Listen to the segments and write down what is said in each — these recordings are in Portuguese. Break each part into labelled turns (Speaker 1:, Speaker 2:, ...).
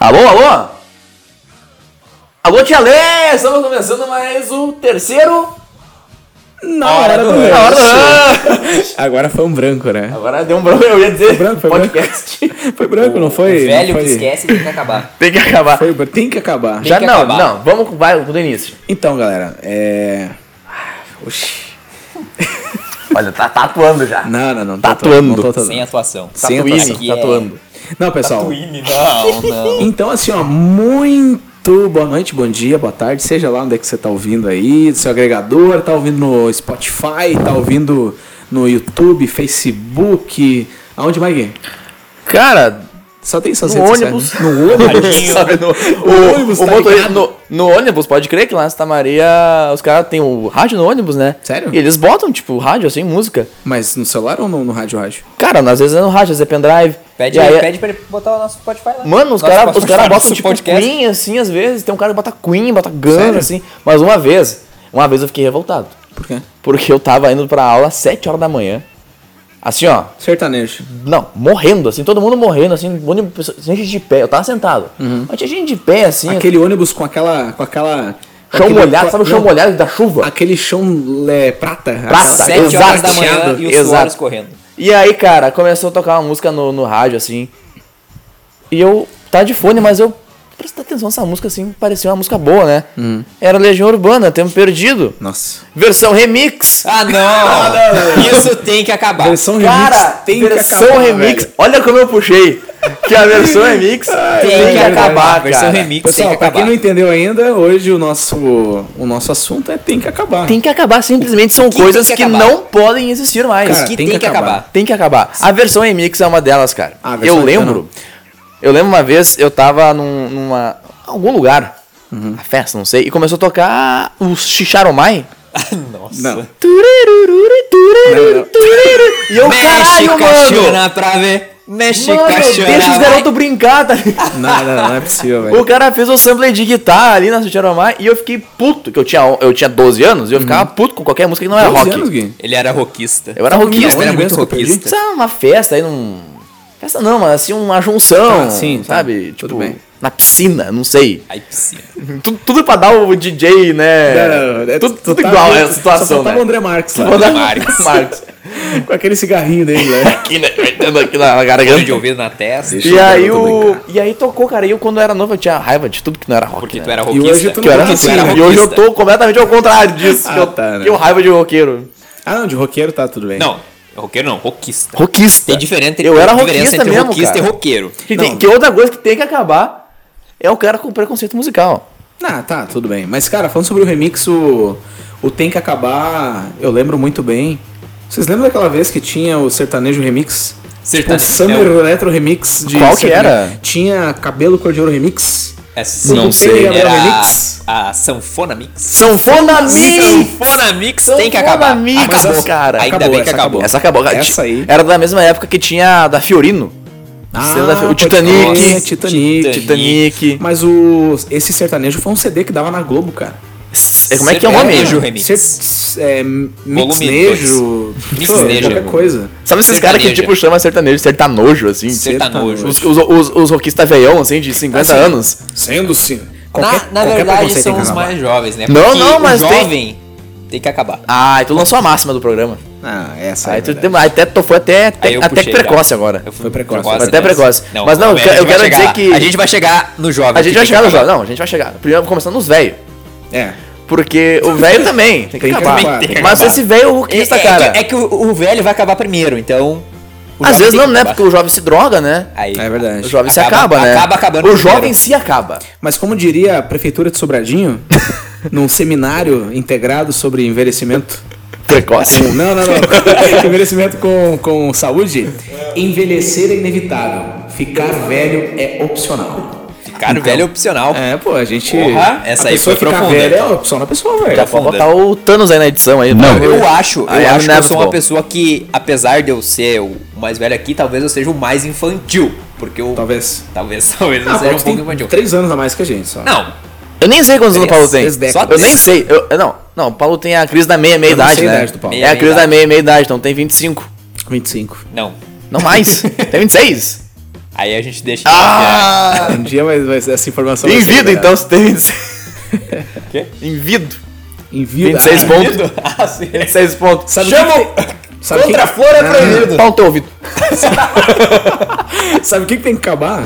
Speaker 1: Alô, alô? Alô, Tia Lê! Estamos começando mais o terceiro.
Speaker 2: Na hora Ah, do
Speaker 1: Na hora
Speaker 2: ranço.
Speaker 1: do-
Speaker 2: Agora foi um branco, né?
Speaker 1: Agora deu um branco, eu ia dizer.
Speaker 2: branco, foi
Speaker 1: podcast.
Speaker 2: Foi branco, não foi?
Speaker 3: O velho
Speaker 2: não foi,
Speaker 3: que esquece tem que acabar.
Speaker 1: Tem que acabar.
Speaker 2: Foi, branco. tem que acabar.
Speaker 1: Já
Speaker 3: que
Speaker 1: não,
Speaker 3: acabar.
Speaker 1: não. Vamos vai, do início.
Speaker 2: Então, galera, é. Ah, Oxi.
Speaker 1: Olha, tá tatuando já.
Speaker 2: Não, não, não.
Speaker 1: Tá Tatuando.
Speaker 2: Não, tô atuando.
Speaker 3: Sem atuação.
Speaker 2: Sem
Speaker 1: Tatuíne, é
Speaker 2: atuação. é
Speaker 1: tatuando.
Speaker 2: Não, pessoal.
Speaker 3: Tatuíne, não, não.
Speaker 2: Então, assim, ó, muito boa noite, bom dia, boa tarde, seja lá onde é que você tá ouvindo aí, do seu agregador, tá ouvindo no Spotify, tá ouvindo no YouTube, Facebook, aonde mais, Gui?
Speaker 1: Cara,
Speaker 2: Só tem essas
Speaker 1: No
Speaker 2: redes
Speaker 1: ônibus.
Speaker 2: sociais, né? No ônibus.
Speaker 1: sabe, no, o,
Speaker 2: ônibus
Speaker 1: o
Speaker 2: tá
Speaker 1: motorista,
Speaker 2: ligado.
Speaker 1: no, no ônibus, pode crer que lá em Santa Maria os caras têm o rádio no ônibus, né?
Speaker 2: Sério?
Speaker 1: E eles botam, tipo, rádio assim, música.
Speaker 2: Mas no celular ou no, no rádio rádio?
Speaker 1: Cara, às vezes é no rádio, às vezes é pendrive.
Speaker 3: Pede,
Speaker 1: E aí- é-
Speaker 3: pede pra ele botar o nosso Spotify lá.
Speaker 1: Mano, os
Speaker 3: Nosso
Speaker 1: caras os
Speaker 3: Spotify,
Speaker 1: cara botam
Speaker 3: nosso
Speaker 1: tipo
Speaker 3: podcast.
Speaker 1: Queen, assim, às vezes. Tem um cara que bota Queen, bota Guns,
Speaker 2: Sério?
Speaker 1: assim. Mas uma vez, uma vez eu fiquei revoltado.
Speaker 2: Por quê?
Speaker 1: Porque eu tava indo pra aula às 7 horas da manhã. Assim, ó.
Speaker 2: Sertanejo.
Speaker 1: Não, morrendo, assim. Todo mundo morrendo, assim. Um monte de pessoa- tinha gente de pé. Eu tava sentado. Mas tinha gente de pé, assim.
Speaker 2: Uhum. Aquele ônibus com aquela. com aquela.
Speaker 1: chão
Speaker 2: aquele-
Speaker 1: molhado. Sabe o chão
Speaker 2: não,
Speaker 1: molhado da chuva?
Speaker 2: Aquele chão é, prata.
Speaker 1: Prata,
Speaker 2: aquela-
Speaker 3: Sete horas
Speaker 1: Exato.
Speaker 3: da manhã e o
Speaker 1: Exato.
Speaker 3: suor escorrendo.
Speaker 1: E aí, cara, começou a tocar uma música no, no rádio, assim. E eu tá de fone, mas eu prestei atenção nessa música, assim. Parecia uma música boa, né?
Speaker 2: Hum.
Speaker 1: Era Legião Urbana, Tempo Perdido.
Speaker 2: Nossa.
Speaker 1: Versão remix.
Speaker 3: Ah, não! Isso tem que acabar.
Speaker 2: Versão
Speaker 1: Cara,
Speaker 2: remix tem que
Speaker 1: versão
Speaker 2: acabar,
Speaker 1: remix.
Speaker 2: velho.
Speaker 1: Olha como eu puxei. Que a versão remix tem,
Speaker 3: Tem
Speaker 1: que
Speaker 3: que
Speaker 1: acabar,
Speaker 3: acabar, versão
Speaker 1: cara.
Speaker 3: remix.
Speaker 2: Pessoal,
Speaker 3: tem que
Speaker 2: pra quem
Speaker 3: acabar.
Speaker 2: não entendeu ainda, hoje o nosso, o nosso assunto é tem que acabar.
Speaker 1: Tem que acabar, simplesmente são
Speaker 3: que
Speaker 1: coisas que,
Speaker 3: tem que acabar?
Speaker 1: não podem existir mais.
Speaker 2: Cara,
Speaker 3: que
Speaker 2: tem
Speaker 3: tem,
Speaker 2: que
Speaker 3: que acabar.
Speaker 1: Tem que acabar. A versão remix é uma delas, cara.
Speaker 2: Ah, a versão
Speaker 1: eu
Speaker 2: remix,
Speaker 1: lembro.
Speaker 2: não.
Speaker 1: Eu lembro uma vez, eu tava num, numa. algum lugar.
Speaker 2: Uhum.
Speaker 1: A festa, não sei. E começou a tocar o Xixaromai.
Speaker 3: Nossa.
Speaker 2: Não.
Speaker 1: E eu,
Speaker 3: Mexe,
Speaker 1: caralho, mano!
Speaker 3: cachorra, pra ver. Mexe,
Speaker 1: Mano,
Speaker 3: cachorra.
Speaker 1: deixa os
Speaker 3: vai.
Speaker 1: garotos brincar, tá ligado?
Speaker 2: Não, não, não é possível, velho.
Speaker 1: O cara fez o sample de guitarra ali na Sucharomai e eu fiquei puto, que eu tinha, eu tinha 12 anos e eu ficava puto com qualquer música que não era
Speaker 2: 12
Speaker 1: rock.
Speaker 2: Uhum. anos, Gui?
Speaker 3: Ele era rockista.
Speaker 1: Eu era rockista,
Speaker 2: Onde
Speaker 3: era
Speaker 1: né?
Speaker 2: mesmo
Speaker 3: muito
Speaker 2: que eu perdi?
Speaker 3: rockista.
Speaker 1: Isso é uma festa aí num. Festa não, mas assim, uma junção,
Speaker 2: Ah, sim, tá.
Speaker 1: sabe?
Speaker 2: Tudo
Speaker 1: Tipo,
Speaker 2: bem.
Speaker 1: na piscina, não sei.
Speaker 3: Ai, piscina.
Speaker 1: Tudo, tudo pra dar o DJ, né?
Speaker 2: Não, não, é-
Speaker 1: tudo
Speaker 2: tu
Speaker 1: tudo
Speaker 2: tá-
Speaker 1: igual é a
Speaker 2: Só
Speaker 1: situação,
Speaker 2: faltava
Speaker 1: né?
Speaker 2: o André Marques lá.
Speaker 1: Vou dar-
Speaker 3: Marx.
Speaker 1: Marx.
Speaker 2: Com aquele cigarrinho dele, né?
Speaker 1: Aqui, né? Metendo aqui na
Speaker 3: Fone de
Speaker 1: garganta.
Speaker 3: ouvido na testa.
Speaker 2: Deixa
Speaker 1: E
Speaker 2: eu
Speaker 1: aí,
Speaker 2: ver, eu tô
Speaker 1: o... e aí tocou, cara. E eu, quando eu era novo, eu tinha raiva de tudo que não era rock.
Speaker 3: Porque
Speaker 1: né?
Speaker 3: tu era
Speaker 2: hoje
Speaker 3: rockista.
Speaker 2: tu não
Speaker 1: Que eu era
Speaker 2: Porque
Speaker 1: assim,
Speaker 2: tu era
Speaker 1: e hoje eu
Speaker 3: rockista.
Speaker 1: tô completamente ao contrário disso.
Speaker 2: Ah,
Speaker 1: que eu,
Speaker 2: tá, né?
Speaker 1: que eu raiva de roqueiro.
Speaker 2: Ah, não, de roqueiro tá tudo bem.
Speaker 3: Não, é roqueiro não, rockista.
Speaker 1: Roquista.
Speaker 3: Tem diferente
Speaker 1: Eu era
Speaker 3: diferença
Speaker 1: roquista
Speaker 3: entre
Speaker 1: mesmo,
Speaker 3: rockista
Speaker 1: cara.
Speaker 3: e roqueiro.
Speaker 1: Que, tem-
Speaker 2: Não.
Speaker 1: que outra coisa que tem que acabar é o cara com preconceito musical.
Speaker 2: Ah, tá, tudo bem. Mas, cara, falando sobre o remix, o, o Tem Que Acabar, eu lembro muito bem. Vocês lembram daquela vez que tinha o sertanejo remix? O
Speaker 1: é?
Speaker 3: Sertanejo.
Speaker 2: Summer Electro Remix de
Speaker 1: Qual que
Speaker 2: sertanejo.
Speaker 1: era?
Speaker 2: Tinha Cabelo Cor de Ouro Remix.
Speaker 3: É,
Speaker 1: Não
Speaker 2: Tucupi
Speaker 1: sei.
Speaker 2: Gabriel
Speaker 3: Era
Speaker 2: Remix.
Speaker 3: a, a Sanfona Mix.
Speaker 1: Sanfona Mix!
Speaker 3: Sanfona Mix
Speaker 1: Sanfona
Speaker 3: tem que acabar.
Speaker 1: Mix,
Speaker 3: acabou,
Speaker 1: cara.
Speaker 3: Ainda
Speaker 2: Acabou,
Speaker 3: bem que
Speaker 2: essa
Speaker 3: acabou.
Speaker 1: Essa acabou.
Speaker 2: Essa aí.
Speaker 1: Era da mesma época que tinha a da Fiorino.
Speaker 3: Ah,
Speaker 1: Cena da- o
Speaker 2: Ah, pode
Speaker 1: Titanic.
Speaker 2: crer, Titanic.
Speaker 3: Titanic.
Speaker 1: Titanic.
Speaker 2: Mas o, esse sertanejo foi um CD que dava na Globo, cara.
Speaker 1: S- Como é que é o nome?
Speaker 3: Sertanejo Remix.
Speaker 2: Ser- é,
Speaker 3: dois.
Speaker 2: mixnejo. pô,
Speaker 3: Mixnejo.
Speaker 2: Qualquer coisa.
Speaker 1: Sabe esses caras que
Speaker 3: Sertanejo.
Speaker 1: tipo chama sertanejo, sertanojo, assim?
Speaker 3: Sertanojo.
Speaker 1: Os, os, os, os roquistas veião, assim, de 50
Speaker 3: Ah,
Speaker 2: Assim,
Speaker 1: anos.
Speaker 2: Sendo sim.
Speaker 3: Na, na verdade,
Speaker 2: preconceito é tem
Speaker 3: são
Speaker 2: que
Speaker 3: os
Speaker 2: acabar.
Speaker 3: mais jovens, né?
Speaker 1: Não,
Speaker 3: Porque
Speaker 1: não,
Speaker 3: o
Speaker 1: mas tem-
Speaker 3: jovem tem que acabar.
Speaker 1: Ah, então lançou a máxima do programa.
Speaker 2: Ah, essa
Speaker 1: Aí
Speaker 2: aí.
Speaker 1: tu deu- aí até, tu foi até,
Speaker 3: É Aí eu
Speaker 1: até
Speaker 3: puxei já.
Speaker 1: precoce agora.
Speaker 3: Eu fui
Speaker 2: Foi precoce.
Speaker 1: Foi
Speaker 3: né?
Speaker 1: até precoce. Mas não,
Speaker 3: calma aí,
Speaker 1: eu
Speaker 3: a gente
Speaker 1: quero
Speaker 3: vai
Speaker 1: dizer
Speaker 3: chegar-
Speaker 1: que-
Speaker 3: A gente vai chegar no jovem.
Speaker 1: A gente
Speaker 3: que
Speaker 1: vai
Speaker 3: tem
Speaker 1: chegar
Speaker 3: que acabar.
Speaker 1: nos jovens. Não, a gente vai chegar. Primeiro começando nos velhos.
Speaker 2: É.
Speaker 1: Porque o velho também tem que
Speaker 2: Tem que
Speaker 1: acabar.
Speaker 2: acabar, tem que
Speaker 1: Mas
Speaker 3: acabar.
Speaker 1: esse velho
Speaker 3: É,
Speaker 1: roquista,
Speaker 3: é
Speaker 1: cara.
Speaker 3: que- É que o o velho vai acabar primeiro, então... o
Speaker 1: Às
Speaker 3: jovem
Speaker 1: vezes
Speaker 3: tem
Speaker 1: não,
Speaker 3: que
Speaker 1: né?
Speaker 3: acabar.
Speaker 1: Porque o jovem se droga, né?
Speaker 3: Aí.
Speaker 2: É
Speaker 1: O
Speaker 2: verdade.
Speaker 1: jovem se
Speaker 3: Acaba-
Speaker 1: acaba, né?
Speaker 3: acaba acabando
Speaker 1: O
Speaker 3: primeiro.
Speaker 1: jovem se acaba.
Speaker 2: Mas como diria a prefeitura de Sobradinho, num seminário integrado sobre envelhecimento
Speaker 1: Precoce.
Speaker 2: com- Não, não, não. envelhecimento com, com saúde. Envelhecer é inevitável. Ficar velho é opcional.
Speaker 3: Cara, o
Speaker 1: Então,
Speaker 3: velho é opcional.
Speaker 2: É, pô, a gente.
Speaker 3: Porra,
Speaker 2: a
Speaker 3: essa aí
Speaker 2: pessoa
Speaker 3: foi
Speaker 2: ficar
Speaker 3: profunda.
Speaker 2: velha é opção da pessoa, velho.
Speaker 1: Já pode
Speaker 3: Afunda.
Speaker 1: botar o Thanos aí na edição aí. é
Speaker 4: Não.
Speaker 1: tá?
Speaker 3: Eu acho, eu
Speaker 1: I
Speaker 3: acho que
Speaker 1: am
Speaker 3: eu sou
Speaker 1: inevitable.
Speaker 3: uma pessoa que, apesar de eu ser o mais velho aqui, talvez eu seja o mais infantil. Porque eu.
Speaker 2: Talvez.
Speaker 3: Talvez, talvez eu
Speaker 2: Ah,
Speaker 3: seja um
Speaker 2: Paulo
Speaker 3: pouco
Speaker 2: tem
Speaker 3: infantil.
Speaker 2: três anos a mais que a gente, só.
Speaker 3: Não,
Speaker 1: Eu nem sei quantos anos o Paulo tem.
Speaker 2: Três décadas.
Speaker 1: Eu nem sei. Eu- eu não, não, o Paulo tem a crise da meia meia
Speaker 2: Eu não
Speaker 1: idade,
Speaker 2: sei a
Speaker 1: né?
Speaker 2: idade do Paulo.
Speaker 1: É a crise
Speaker 3: Meia-meia
Speaker 1: da meia meia idade, então tem 25.
Speaker 2: 25.
Speaker 3: não.
Speaker 1: Não mais. tem 26.
Speaker 3: Aí a gente deixa.
Speaker 1: Ah!
Speaker 2: Um dia vai, vai, essa informação
Speaker 1: Em
Speaker 2: vai ser
Speaker 1: vida,
Speaker 2: liberada.
Speaker 1: então, se tem 26.
Speaker 3: Quê?
Speaker 1: Em vida.
Speaker 2: Em vida.
Speaker 1: 26
Speaker 2: Ah,
Speaker 1: pontos.
Speaker 3: Ah, sim.
Speaker 1: 26 pontos.
Speaker 2: Sabe
Speaker 1: Chama
Speaker 2: o que que tem- sabe o que-
Speaker 3: Contra a flor é proibido.
Speaker 1: Pau no teu ouvido.
Speaker 2: Sabe o que, que tem que acabar?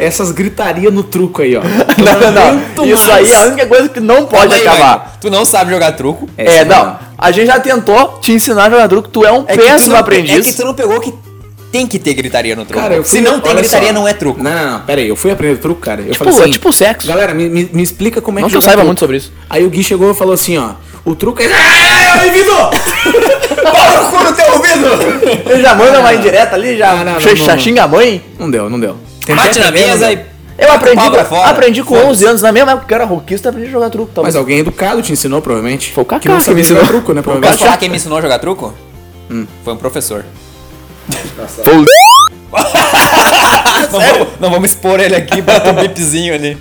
Speaker 2: Essas gritarias no truco aí, ó.
Speaker 1: Não,
Speaker 2: aguento
Speaker 1: não. Isso aí
Speaker 2: mais.
Speaker 1: é a única coisa que não pode
Speaker 3: Aí,
Speaker 1: acabar.
Speaker 3: Wagner, Tu não sabe jogar truco.
Speaker 2: Essa
Speaker 1: É,
Speaker 2: é
Speaker 1: não.
Speaker 2: uma-
Speaker 1: A gente já tentou te ensinar a jogar truco, tu é um
Speaker 3: É que tu
Speaker 1: péssimo
Speaker 3: não-
Speaker 1: aprendiz.
Speaker 3: É que tu não pegou que tem que ter gritaria no truco.
Speaker 2: Cara, eu fui-
Speaker 3: Se não tem
Speaker 2: olha
Speaker 3: gritaria,
Speaker 2: só.
Speaker 3: não é truco.
Speaker 2: Não, não, não. Pera aí, eu fui aprender truco, cara. Eu
Speaker 1: Tipo,
Speaker 2: falei assim,
Speaker 1: é tipo sexo.
Speaker 2: Galera, me, me, me explica como é
Speaker 1: Não
Speaker 2: que
Speaker 1: que eu
Speaker 2: joga
Speaker 1: saiba
Speaker 2: truco."
Speaker 1: muito sobre isso.
Speaker 2: Aí o Gui chegou e falou assim, ó. O truco é... Ah, eu ouvido! Pau no cu no teu ouvido!
Speaker 1: Ele já manda uma indireta ali, já
Speaker 2: Não, não, não,
Speaker 1: che-
Speaker 2: não,
Speaker 1: já
Speaker 2: não.
Speaker 1: xinga a mãe.
Speaker 2: Não deu, não deu. Tentei
Speaker 3: Bate na
Speaker 2: aprender, não
Speaker 3: mesa
Speaker 2: deu.
Speaker 3: e.
Speaker 1: Eu aprendi,
Speaker 3: Pau pra
Speaker 1: com,
Speaker 3: fora.
Speaker 1: aprendi com
Speaker 3: Foda-se.
Speaker 1: 11 anos, na mesma época que eu era roquista, aprendi a jogar truco.
Speaker 2: Mas
Speaker 1: Talvez.
Speaker 2: alguém educado te ensinou, provavelmente.
Speaker 1: Foi o Kaká
Speaker 2: Que não
Speaker 1: que
Speaker 2: sabia
Speaker 1: me
Speaker 2: jogar
Speaker 1: ensinou.
Speaker 2: truco, né?
Speaker 1: Foi o
Speaker 3: Posso
Speaker 2: Provavelmente.
Speaker 3: falar quem me ensinou a jogar truco? Foi um professor.
Speaker 1: Foi o Le-
Speaker 3: Não, vamos, não vamos expor ele aqui, bota um bipzinho ali.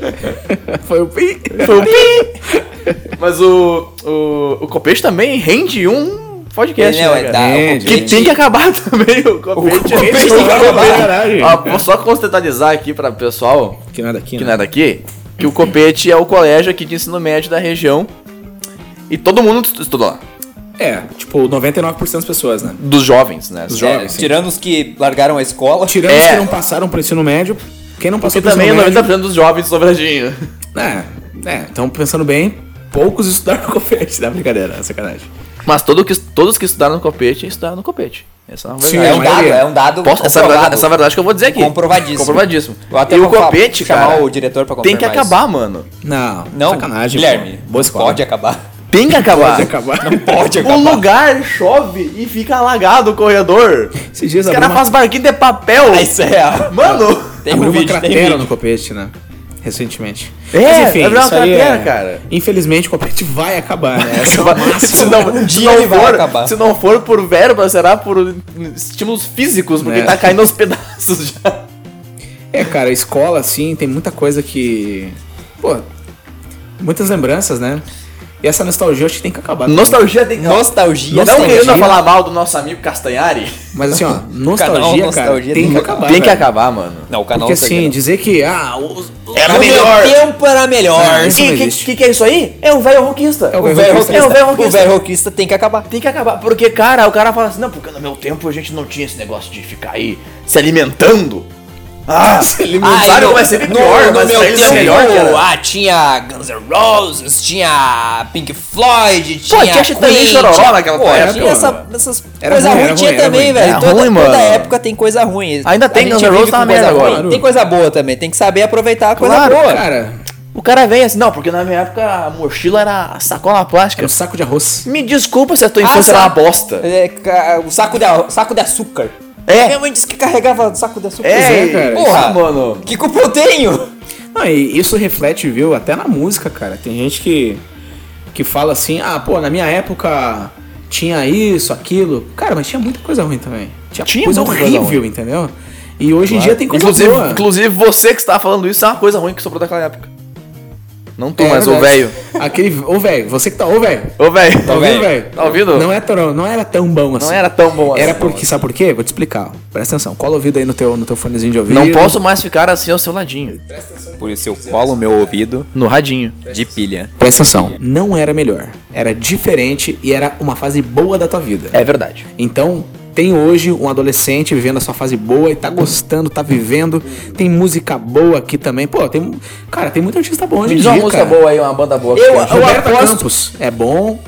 Speaker 2: Foi o... Ih,
Speaker 1: foi o Pi. Mas o, o, o Copete também rende um podcast,
Speaker 3: Meu,
Speaker 1: né,
Speaker 3: é
Speaker 1: cara?
Speaker 3: da-
Speaker 2: Gente,
Speaker 3: o
Speaker 1: Que
Speaker 3: Copete-
Speaker 1: tem que acabar também o Copete.
Speaker 2: Copete
Speaker 1: rende
Speaker 2: tem
Speaker 1: um
Speaker 2: que acabar, caralho.
Speaker 1: Ó, vou só contextualizar aqui pra pessoal
Speaker 2: Que nada aqui,
Speaker 1: que
Speaker 2: né?
Speaker 1: não é daqui, que o Copete é o colégio aqui de ensino médio da região. E todo mundo est- estudou lá.
Speaker 2: É, tipo, 99% das pessoas, né?
Speaker 1: Dos jovens, né? É,
Speaker 2: Os jovens, sim.
Speaker 3: Tirando os que largaram a escola.
Speaker 2: Tirando os
Speaker 1: É.
Speaker 2: que não passaram pro ensino médio, quem não
Speaker 1: Porque
Speaker 2: passou pro
Speaker 1: também
Speaker 2: ensino
Speaker 1: 90%
Speaker 2: médio...
Speaker 1: dos jovens de sobradinho.
Speaker 2: É, é, então pensando bem, poucos estudaram no Copete, dá brincadeira, sacanagem.
Speaker 1: Mas todo que, todos que estudaram no Copete, estudaram no Copete. Essa é uma
Speaker 2: Sim,
Speaker 1: verdade.
Speaker 3: É um dado,
Speaker 2: maioria.
Speaker 3: é um dado.
Speaker 1: Posso- essa, é a verdade,
Speaker 3: comprovado.
Speaker 1: essa é a verdade que eu vou dizer aqui.
Speaker 3: Comprovadíssimo.
Speaker 1: Comprovadíssimo.
Speaker 3: Eu até
Speaker 1: E o
Speaker 3: vou falar-
Speaker 1: Copete,
Speaker 3: chamar
Speaker 1: cara,
Speaker 3: o diretor pra
Speaker 1: tem que
Speaker 3: confirmar isso.
Speaker 1: acabar, mano.
Speaker 2: Não,
Speaker 3: Não,
Speaker 2: sacanagem.
Speaker 3: Guilherme,
Speaker 2: pô. Boa escola.
Speaker 3: pode acabar.
Speaker 1: Tem que acabar.
Speaker 2: Pode acabar.
Speaker 3: Pode acabar.
Speaker 1: O lugar chove e fica alagado o corredor.
Speaker 2: Esses dias
Speaker 1: Os
Speaker 2: abriu
Speaker 1: caras
Speaker 2: uma,
Speaker 1: fazem barquinho de papel.
Speaker 3: Ah, Isso é real.
Speaker 1: Mano!
Speaker 3: Tem
Speaker 2: abriu
Speaker 3: um
Speaker 2: uma
Speaker 3: vídeo, tem
Speaker 2: cratera
Speaker 3: vídeo.
Speaker 2: no Copete, né? Recentemente.
Speaker 1: É, abriu uma
Speaker 2: isso aí é-
Speaker 1: cratera, cara.
Speaker 2: Infelizmente, o Copete vai acabar, né? Essa é uma
Speaker 1: se
Speaker 2: máxima.
Speaker 1: não,
Speaker 3: Um
Speaker 1: se
Speaker 3: dia
Speaker 1: não
Speaker 3: ele vai
Speaker 1: for,
Speaker 3: acabar.
Speaker 1: Se não for por verba, será por estímulos físicos, porque
Speaker 2: É.
Speaker 1: tá caindo aos pedaços já.
Speaker 2: É, cara, escola, assim, tem muita coisa que... Pô, muitas lembranças, né? E essa nostalgia eu acho que tem que acabar. também. né?
Speaker 1: Nostalgia tem
Speaker 3: Nostalgia.
Speaker 1: Não
Speaker 3: nostalgia.
Speaker 1: querendo falar mal do nosso amigo Castanhari.
Speaker 2: Mas assim, ó, nostalgia,
Speaker 3: Canal
Speaker 2: cara,
Speaker 3: Nostalgia
Speaker 2: tem que
Speaker 3: nunca
Speaker 2: acabar.
Speaker 1: um tem que
Speaker 2: velho.
Speaker 1: acabar, mano.
Speaker 3: Não, o canal
Speaker 2: Porque
Speaker 3: não tem
Speaker 2: assim, dizer que, ah, os,
Speaker 1: Era
Speaker 3: canal.
Speaker 1: melhor.
Speaker 3: O meu tempo era melhor.
Speaker 2: Não,
Speaker 1: E
Speaker 2: isso não
Speaker 1: que,
Speaker 2: existe.
Speaker 1: que que é isso aí? É um velho roquista.
Speaker 2: É um
Speaker 3: O velho
Speaker 1: É um velho
Speaker 3: roquista. O
Speaker 1: roquista.
Speaker 3: velho roquista tem que acabar.
Speaker 1: Tem que acabar. Porque, cara, o cara fala assim, não, porque no meu tempo a gente não tinha esse negócio de ficar aí se alimentando. Ah, se
Speaker 3: Ah,
Speaker 1: Claro,
Speaker 3: no-
Speaker 1: vai ser
Speaker 3: no-
Speaker 1: pior,
Speaker 3: no
Speaker 1: mas
Speaker 3: meu
Speaker 1: pra eles é
Speaker 3: tempo,
Speaker 1: melhor que era.
Speaker 3: Ah, tinha Guns N' Roses, tinha Pink Floyd, tinha.
Speaker 1: tinha Chitãozinho
Speaker 3: Queen,
Speaker 1: Chororó
Speaker 3: tinha-
Speaker 1: naquela
Speaker 3: pô,
Speaker 1: época,
Speaker 3: tinha
Speaker 1: mano.
Speaker 3: essa- essas
Speaker 2: Era
Speaker 3: coisa
Speaker 2: ruim,
Speaker 3: ruim,
Speaker 2: era
Speaker 3: tinha
Speaker 2: ruim, era
Speaker 3: também,
Speaker 2: ruim.
Speaker 3: velho.
Speaker 1: Era
Speaker 3: toda,
Speaker 1: ruim,
Speaker 3: toda
Speaker 1: mano.
Speaker 3: época tem coisa ruim.
Speaker 1: Ainda
Speaker 3: A
Speaker 1: tem
Speaker 3: gente
Speaker 1: Guns N'
Speaker 3: vive
Speaker 1: Roses,
Speaker 3: com
Speaker 1: tá uma
Speaker 3: coisa
Speaker 1: merda
Speaker 3: ruim.
Speaker 1: agora.
Speaker 3: Tem coisa boa também, tem que saber aproveitar a coisa
Speaker 1: Claro,
Speaker 3: boa.
Speaker 2: cara,
Speaker 1: O cara vem assim, não, porque na minha época a mochila era a sacola plástica.
Speaker 2: era um saco de arroz.
Speaker 1: Me desculpa se a tua
Speaker 3: Ah,
Speaker 1: infância era
Speaker 3: sabe?
Speaker 1: uma bosta.
Speaker 3: É, ca- o saco de, a- saco de açúcar.
Speaker 1: É.
Speaker 3: Minha mãe disse que carregava saco de açúcar.
Speaker 2: é, cara.
Speaker 3: Porra,
Speaker 1: mano.
Speaker 3: Que culpa eu tenho?
Speaker 2: Não, e isso reflete, viu, até na música, cara. Tem gente que, que fala assim, ah, pô, na minha época tinha isso, aquilo. Cara, mas tinha muita coisa ruim também. Tinha,
Speaker 1: Tinha
Speaker 2: coisa
Speaker 1: muita coisa
Speaker 2: horrível,
Speaker 1: ruim.
Speaker 2: entendeu? E hoje em dia tem coisa
Speaker 1: Inclusive,
Speaker 2: boa.
Speaker 1: inclusive você que estava falando isso é uma coisa ruim que sobrou daquela época. Não tu,
Speaker 2: É
Speaker 1: mas o
Speaker 2: verdade.
Speaker 1: velho.
Speaker 2: Aquele, ô velho, você que tá, ô velho.
Speaker 1: Ô velho.
Speaker 2: Tá ouvindo,
Speaker 3: velho.
Speaker 2: velho?
Speaker 1: Tá ouvindo?
Speaker 2: Não, é tão, não era tão bom assim.
Speaker 1: Não era tão bom
Speaker 2: Era
Speaker 1: assim.
Speaker 2: porque, sabe por quê? Vou te explicar. ó. Presta atenção, cola o ouvido aí no teu, no teu fonezinho de ouvido.
Speaker 1: Não posso mais ficar assim ao seu ladinho.
Speaker 3: Por isso eu colo meu ouvido
Speaker 1: No radinho.
Speaker 3: de pilha.
Speaker 2: Presta atenção. Não era melhor. Era diferente e era uma fase boa da tua vida.
Speaker 1: É verdade.
Speaker 2: Então, tem hoje um adolescente vivendo a sua fase boa e tá gostando, tá vivendo. Tem música boa aqui também. Pô, tem. Cara, tem muito artista bom hoje
Speaker 1: Me
Speaker 2: em
Speaker 1: diz
Speaker 2: dia.
Speaker 1: uma música
Speaker 2: cara.
Speaker 1: boa aí, uma banda boa. que
Speaker 3: Eu-
Speaker 1: tu acha.
Speaker 3: eu-
Speaker 2: Roberta
Speaker 3: aposto-
Speaker 2: Campos é bom.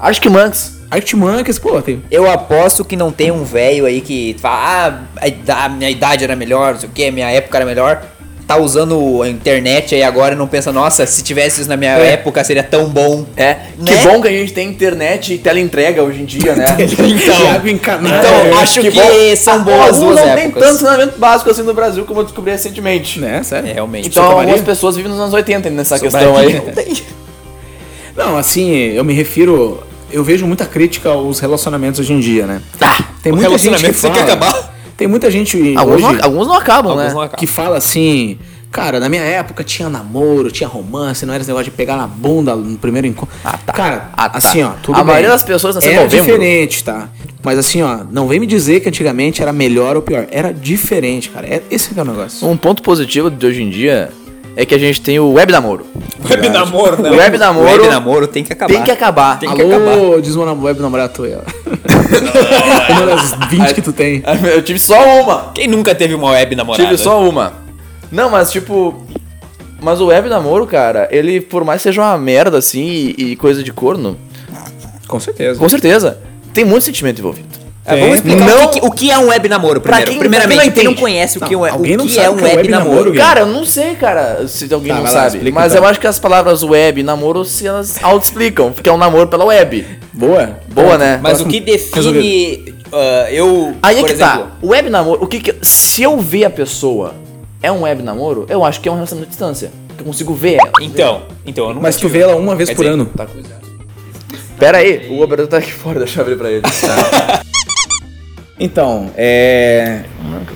Speaker 1: Acho que Manx.
Speaker 2: Artimanques, pô, tem.
Speaker 3: Eu aposto que não tem um velho aí que fala, ah, a ida- a minha idade era melhor, não sei o que, minha época era melhor. Tá usando a internet aí agora e não pensa, nossa, se tivesse isso na minha
Speaker 1: É.
Speaker 3: época seria tão bom.
Speaker 1: É. Que
Speaker 3: Né?
Speaker 1: bom que a gente tem internet e teleentrega hoje em dia, né?
Speaker 2: Então, Thiago Encanado.
Speaker 3: então,
Speaker 2: É,
Speaker 3: acho que,
Speaker 1: bom.
Speaker 3: são boas
Speaker 1: Alguns
Speaker 3: duas
Speaker 1: não tem
Speaker 3: épocas.
Speaker 1: tanto ensinamento básico assim no Brasil como eu descobri recentemente.
Speaker 2: Né, sério?
Speaker 3: É, realmente.
Speaker 1: Então
Speaker 2: Santa Maria?
Speaker 1: algumas pessoas vivem nos anos 80 nessa questão aí.
Speaker 3: Não tem.
Speaker 2: Não, assim, eu me refiro. Eu vejo muita crítica aos relacionamentos hoje em dia, né? Tem
Speaker 3: o
Speaker 2: muita gente que
Speaker 3: relacionamento tá, tem
Speaker 2: fala.
Speaker 3: que acabar.
Speaker 2: Tem muita gente
Speaker 1: Alguns,
Speaker 2: hoje
Speaker 1: não, alguns não acabam,
Speaker 3: Alguns
Speaker 1: né?
Speaker 3: não acabam.
Speaker 2: que fala assim. Cara, na minha época tinha namoro, tinha romance, não era esse negócio de pegar na bunda no primeiro encontro.
Speaker 1: Ah, tá.
Speaker 2: Cara,
Speaker 1: Ah, tá.
Speaker 2: assim, ó, tudo
Speaker 1: A
Speaker 2: bem.
Speaker 1: maioria das pessoas nasceu em
Speaker 2: era
Speaker 1: novembro.
Speaker 2: diferente, tá? Mas Mas assim, ó, não vem me dizer que antigamente era melhor ou pior. Era diferente, cara. É, esse que é o negócio.
Speaker 1: Um ponto positivo de hoje em dia é que a gente tem o web namoro.
Speaker 3: Web namoro, não.
Speaker 1: Web namoro-
Speaker 3: Web namoro tem que acabar.
Speaker 1: Tem que acabar.
Speaker 3: Tem que
Speaker 2: Alô, desmonamo web namorado tu ela. Uma das 20 que tu tem.
Speaker 1: Eu tive só uma.
Speaker 3: Quem nunca teve uma web namorada?
Speaker 1: Tive só uma. Não, mas tipo. Mas o web namoro, cara, ele, por mais que seja uma merda assim e, e coisa de corno,
Speaker 2: Com certeza.
Speaker 1: com certeza, tem muito sentimento envolvido.
Speaker 3: Ah, vamos explicar
Speaker 1: Não-
Speaker 3: o, que, que- o que é um web namoro
Speaker 1: Pra
Speaker 3: primeiro.
Speaker 1: quem-
Speaker 3: Primeiramente,
Speaker 1: pra
Speaker 3: quem
Speaker 1: quem não
Speaker 3: não
Speaker 1: entende.
Speaker 3: conhece o que, é um-
Speaker 2: Não, alguém
Speaker 3: o
Speaker 2: não
Speaker 3: que
Speaker 2: sabe
Speaker 3: é
Speaker 2: o
Speaker 3: um
Speaker 2: que é
Speaker 3: web,
Speaker 2: web
Speaker 3: namoro.
Speaker 2: namoro, Guilherme.
Speaker 1: Cara, eu não sei, cara, se alguém
Speaker 2: Tá,
Speaker 1: não
Speaker 2: vai lá,
Speaker 1: sabe.
Speaker 2: explica,
Speaker 1: mas
Speaker 2: então.
Speaker 1: eu acho que as palavras web e namoro se elas auto-explicam, porque é um namoro pela web.
Speaker 2: Boa.
Speaker 1: Boa, né?
Speaker 3: Mas o que define. ah, eu.
Speaker 1: Aí é
Speaker 3: por
Speaker 1: que
Speaker 3: exemplo,
Speaker 1: tá. O web namoro, o que que. Se eu ver a pessoa é um web namoro, eu acho que é um relacionamento à distância. Que eu consigo ver ela.
Speaker 3: Então, então eu não
Speaker 2: Mas tu vê ela uma vez por ano.
Speaker 3: tá
Speaker 1: Pera aí, o operador tá aqui fora, deixa eu abrir pra ele.
Speaker 2: Então, é.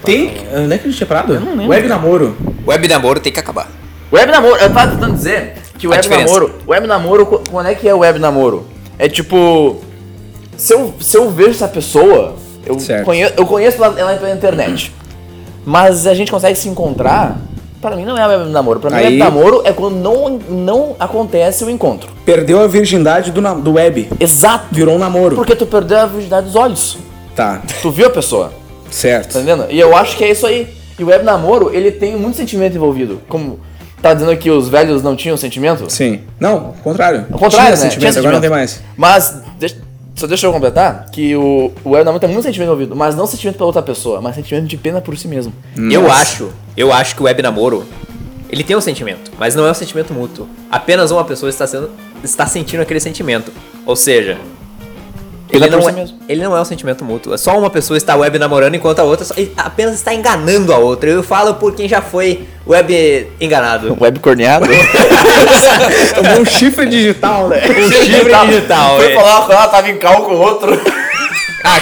Speaker 2: Tem. Onde é que a gente tinha parado? Web namoro.
Speaker 3: Web namoro tem que acabar.
Speaker 1: Web namoro, eu tava tentando dizer que o
Speaker 3: A
Speaker 1: web
Speaker 3: diferença.
Speaker 1: namoro, web namoro, qu- quando é que é o web namoro? É tipo, se eu, se eu vejo essa pessoa, eu,
Speaker 2: Certo.
Speaker 1: conheço, eu conheço ela, ela pela internet, mas a gente consegue se encontrar, pra mim não é web namoro, pra mim
Speaker 2: Aí-
Speaker 1: web namoro é quando não, não acontece o encontro.
Speaker 2: Perdeu a virgindade do, na- do web.
Speaker 1: Exato,
Speaker 2: Virou um namoro.
Speaker 1: porque tu perdeu a virgindade dos olhos,
Speaker 2: Tá,
Speaker 1: tu viu a pessoa,
Speaker 2: certo.
Speaker 1: tá entendendo? E eu acho que é isso aí, e o web namoro, ele tem muito sentimento envolvido, como... Tá dizendo que os velhos não tinham sentimento?
Speaker 2: Sim. Não, ao contrário.
Speaker 1: Ao contrário,
Speaker 2: Tinha
Speaker 1: né?
Speaker 2: sentimento,
Speaker 1: Tinha
Speaker 2: agora não tem
Speaker 1: sentimento.
Speaker 2: mais.
Speaker 1: Mas, deixa- só deixa eu completar, que o, o Elnamon tem muito sentimento envolvido, mas não sentimento pela outra pessoa, mas sentimento de pena por si mesmo.
Speaker 3: Eu acho, eu acho que o web namoro, ele tem um sentimento, mas não é um sentimento mútuo. Apenas uma pessoa está, sendo, está sentindo aquele sentimento. Ou seja, ele
Speaker 1: Pena
Speaker 3: não,
Speaker 1: por si
Speaker 3: é,
Speaker 1: mesmo.
Speaker 3: ele não é um sentimento mútuo. É Só uma pessoa está web namorando enquanto a outra só- e apenas está enganando a outra. Eu falo por quem já foi web enganado.
Speaker 1: Web corneado.
Speaker 2: Tomou um chifre digital, né?
Speaker 3: digital,
Speaker 1: Foi
Speaker 3: é.
Speaker 1: falar com ela, tava em cal com o outro.
Speaker 3: Ah,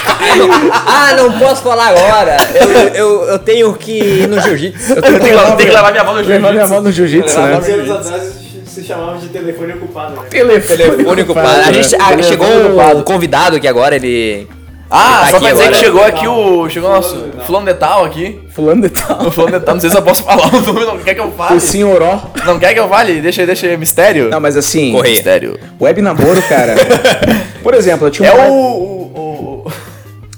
Speaker 3: ah, não posso falar agora. Eu, eu, eu tenho que ir no jiu-jitsu.
Speaker 1: Eu tenho, que- tenho que levar minha mão no
Speaker 2: Levar minha
Speaker 1: jiu-jitsu.
Speaker 2: mão no jiu-jitsu,
Speaker 4: Há
Speaker 2: né?
Speaker 4: anos atrás se chamava de telefone ocupado, né?
Speaker 3: Telefone ocupado. A gente ah,
Speaker 1: Telefone
Speaker 3: chegou um
Speaker 1: ocupado.
Speaker 3: convidado aqui agora, ele.
Speaker 1: Ah,
Speaker 3: Tá
Speaker 1: só
Speaker 3: aqui
Speaker 1: pra dizer
Speaker 3: agora.
Speaker 1: que chegou aqui o. Chegou o nosso fulano de tal aqui.
Speaker 2: Fulano de tal.
Speaker 1: O fulano de tal, tá? não sei se eu posso falar o nome, não quer que eu fale.
Speaker 2: O senhoró.
Speaker 1: Não quer que eu fale? Deixa, deixa mistério.
Speaker 2: Não, mas assim,
Speaker 3: Correia.
Speaker 1: mistério.
Speaker 2: web namoro, cara. Por exemplo, eu tinha,
Speaker 1: É
Speaker 2: uma
Speaker 1: o. o-
Speaker 2: web,
Speaker 1: o-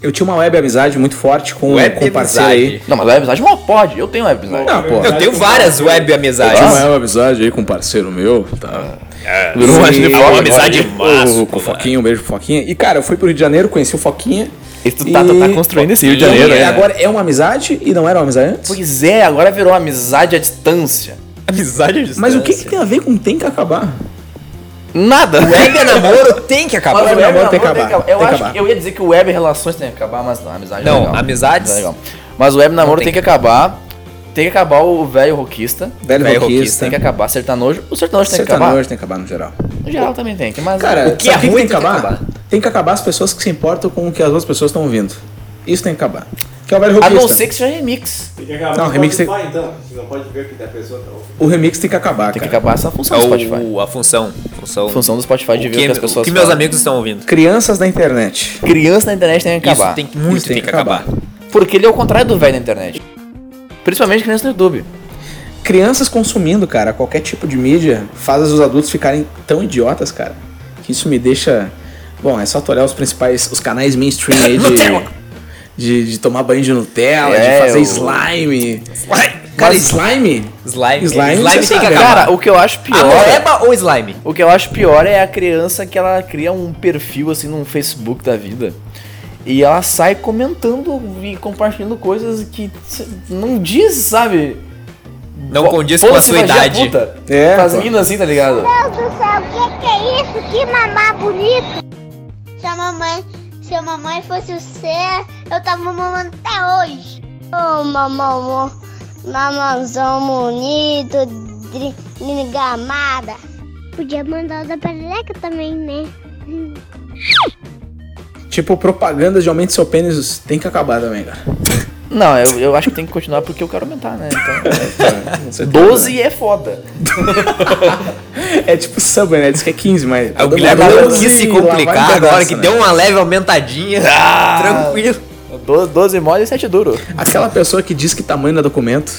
Speaker 2: eu tinha uma web amizade muito forte com,
Speaker 3: Web
Speaker 2: com um parceiro aí.
Speaker 1: Não, mas web amizade não pode. Eu tenho web amizade.
Speaker 2: Não, pô.
Speaker 3: Eu tenho várias web
Speaker 1: Tá,
Speaker 2: Eu tinha
Speaker 3: amizades.
Speaker 2: uma web amizade aí com um parceiro meu, tá?
Speaker 1: Virou um
Speaker 2: E-
Speaker 1: de
Speaker 3: uma
Speaker 1: fogo
Speaker 3: amizade
Speaker 1: agora.
Speaker 3: massa,
Speaker 2: o,
Speaker 1: né?
Speaker 2: com o Foquinha, um beijo pro Foquinha. E cara, eu fui pro Rio de Janeiro, conheci o Foquinha.
Speaker 1: E tu tá, tá- tá construindo esse Rio de
Speaker 2: E
Speaker 1: Janeiro, né?
Speaker 2: agora é uma amizade e não era uma amizade antes?
Speaker 1: Pois é, agora virou amizade à distância.
Speaker 3: Amizade à
Speaker 2: Mas o que, que
Speaker 3: distância.
Speaker 2: tem a ver com tem que acabar?
Speaker 1: Nada.
Speaker 3: Web é namoro tem que acabar.
Speaker 1: Mas
Speaker 2: Web
Speaker 1: o web
Speaker 2: namoro tem que
Speaker 1: namoro
Speaker 2: acabar,
Speaker 1: Eu
Speaker 2: tem que
Speaker 1: acho
Speaker 2: acabar.
Speaker 1: que eu ia dizer que o web relações tem que acabar, mas não, amizade
Speaker 3: Não,
Speaker 1: é legal.
Speaker 3: amizades-
Speaker 1: Amizade é legal. Mas o web namoro
Speaker 3: tem
Speaker 1: tem que acabar. Tem que acabar o velho roquista.
Speaker 2: Velho
Speaker 3: Velho
Speaker 2: roquista.
Speaker 1: Tem que acabar sertanojo. O sertanojo tem que acabar.
Speaker 2: Sertanojo tem que acabar no geral.
Speaker 1: No geral também tem que, mas
Speaker 2: Cara,
Speaker 3: O que
Speaker 2: sabe
Speaker 3: é
Speaker 2: o que
Speaker 3: ruim
Speaker 2: tem que
Speaker 3: tem que
Speaker 2: acabar?
Speaker 3: acabar.
Speaker 2: Tem que acabar as pessoas que se importam com o que as outras pessoas estão ouvindo. Isso tem que acabar. Que é o velho
Speaker 1: a não
Speaker 2: roquista.
Speaker 1: ser que seja remix.
Speaker 4: Tem que acabar
Speaker 2: Não,
Speaker 4: com o
Speaker 2: remix tem-
Speaker 4: Spotify, então. Você não pode ver o que a pessoa tá ouvindo.
Speaker 2: O remix tem que
Speaker 1: Tem
Speaker 2: acabar,
Speaker 1: que
Speaker 2: cara.
Speaker 1: acabar essa função
Speaker 3: É
Speaker 1: do Spotify.
Speaker 3: o, a função. Função,
Speaker 1: Função do Spotify de
Speaker 3: o
Speaker 1: ver o que as pessoas
Speaker 3: o que meus
Speaker 1: falam.
Speaker 3: amigos estão ouvindo.
Speaker 2: Crianças da internet.
Speaker 1: Criança na internet tem que acabar.
Speaker 3: Isso tem que, muito
Speaker 2: Isso
Speaker 3: tem que acabar.
Speaker 1: Porque ele é o contrário do velho na internet. Principalmente criança no YouTube.
Speaker 2: Crianças consumindo, cara, qualquer tipo de mídia faz os adultos ficarem tão idiotas, cara. Que isso me deixa. Bom, é só tu olhar os principais, os canais mainstream aí
Speaker 1: Nutella!
Speaker 2: de. De, de tomar banho de Nutella,
Speaker 1: É,
Speaker 2: de fazer
Speaker 1: o-
Speaker 2: slime. Cara,
Speaker 3: Cara,
Speaker 2: slime?
Speaker 3: Slime,
Speaker 2: Slime,
Speaker 3: slime,
Speaker 2: você
Speaker 3: tem que
Speaker 2: sabe.
Speaker 3: acabar. Ah, é?
Speaker 1: Cara, o que eu acho pior. é,
Speaker 3: Amoreba ou slime?
Speaker 1: O que eu acho pior é a criança que ela cria um perfil assim no Facebook da vida. E ela sai comentando e compartilhando coisas que cê não diz, sabe?
Speaker 3: Não
Speaker 1: Pô,
Speaker 3: condiz com a
Speaker 1: foda-se
Speaker 3: sua
Speaker 1: vadia
Speaker 3: idade.
Speaker 1: puta.
Speaker 2: É,
Speaker 1: Faz
Speaker 2: pô.
Speaker 1: mina assim, tá ligado?
Speaker 5: Deus do céu, o que, que é isso? Que mamá bonito! Se a mamãe, se a mamãe fosse você, eu tava mamando até hoje. Ô mamão, mamãozão bonito, gamada. Podia mandar o da perereca também, né?
Speaker 2: Tipo, propagandas de aumento seu pênis tem que acabar também, cara.
Speaker 1: Não, eu, eu acho que tem que continuar porque eu quero aumentar, né? Então,
Speaker 2: tá
Speaker 1: 12 é foda.
Speaker 2: É tipo samba, né? Diz que é 15, mas.
Speaker 3: O Guilherme não quis se
Speaker 2: um assim, Lá
Speaker 3: complicar
Speaker 2: vai
Speaker 3: agora,
Speaker 2: bagaça,
Speaker 3: que
Speaker 2: né?
Speaker 3: deu uma leve aumentadinha. Tranquilo.
Speaker 1: 12, 12 mole e 7 duro.
Speaker 2: Aquela pessoa que diz que tamanho não é documento,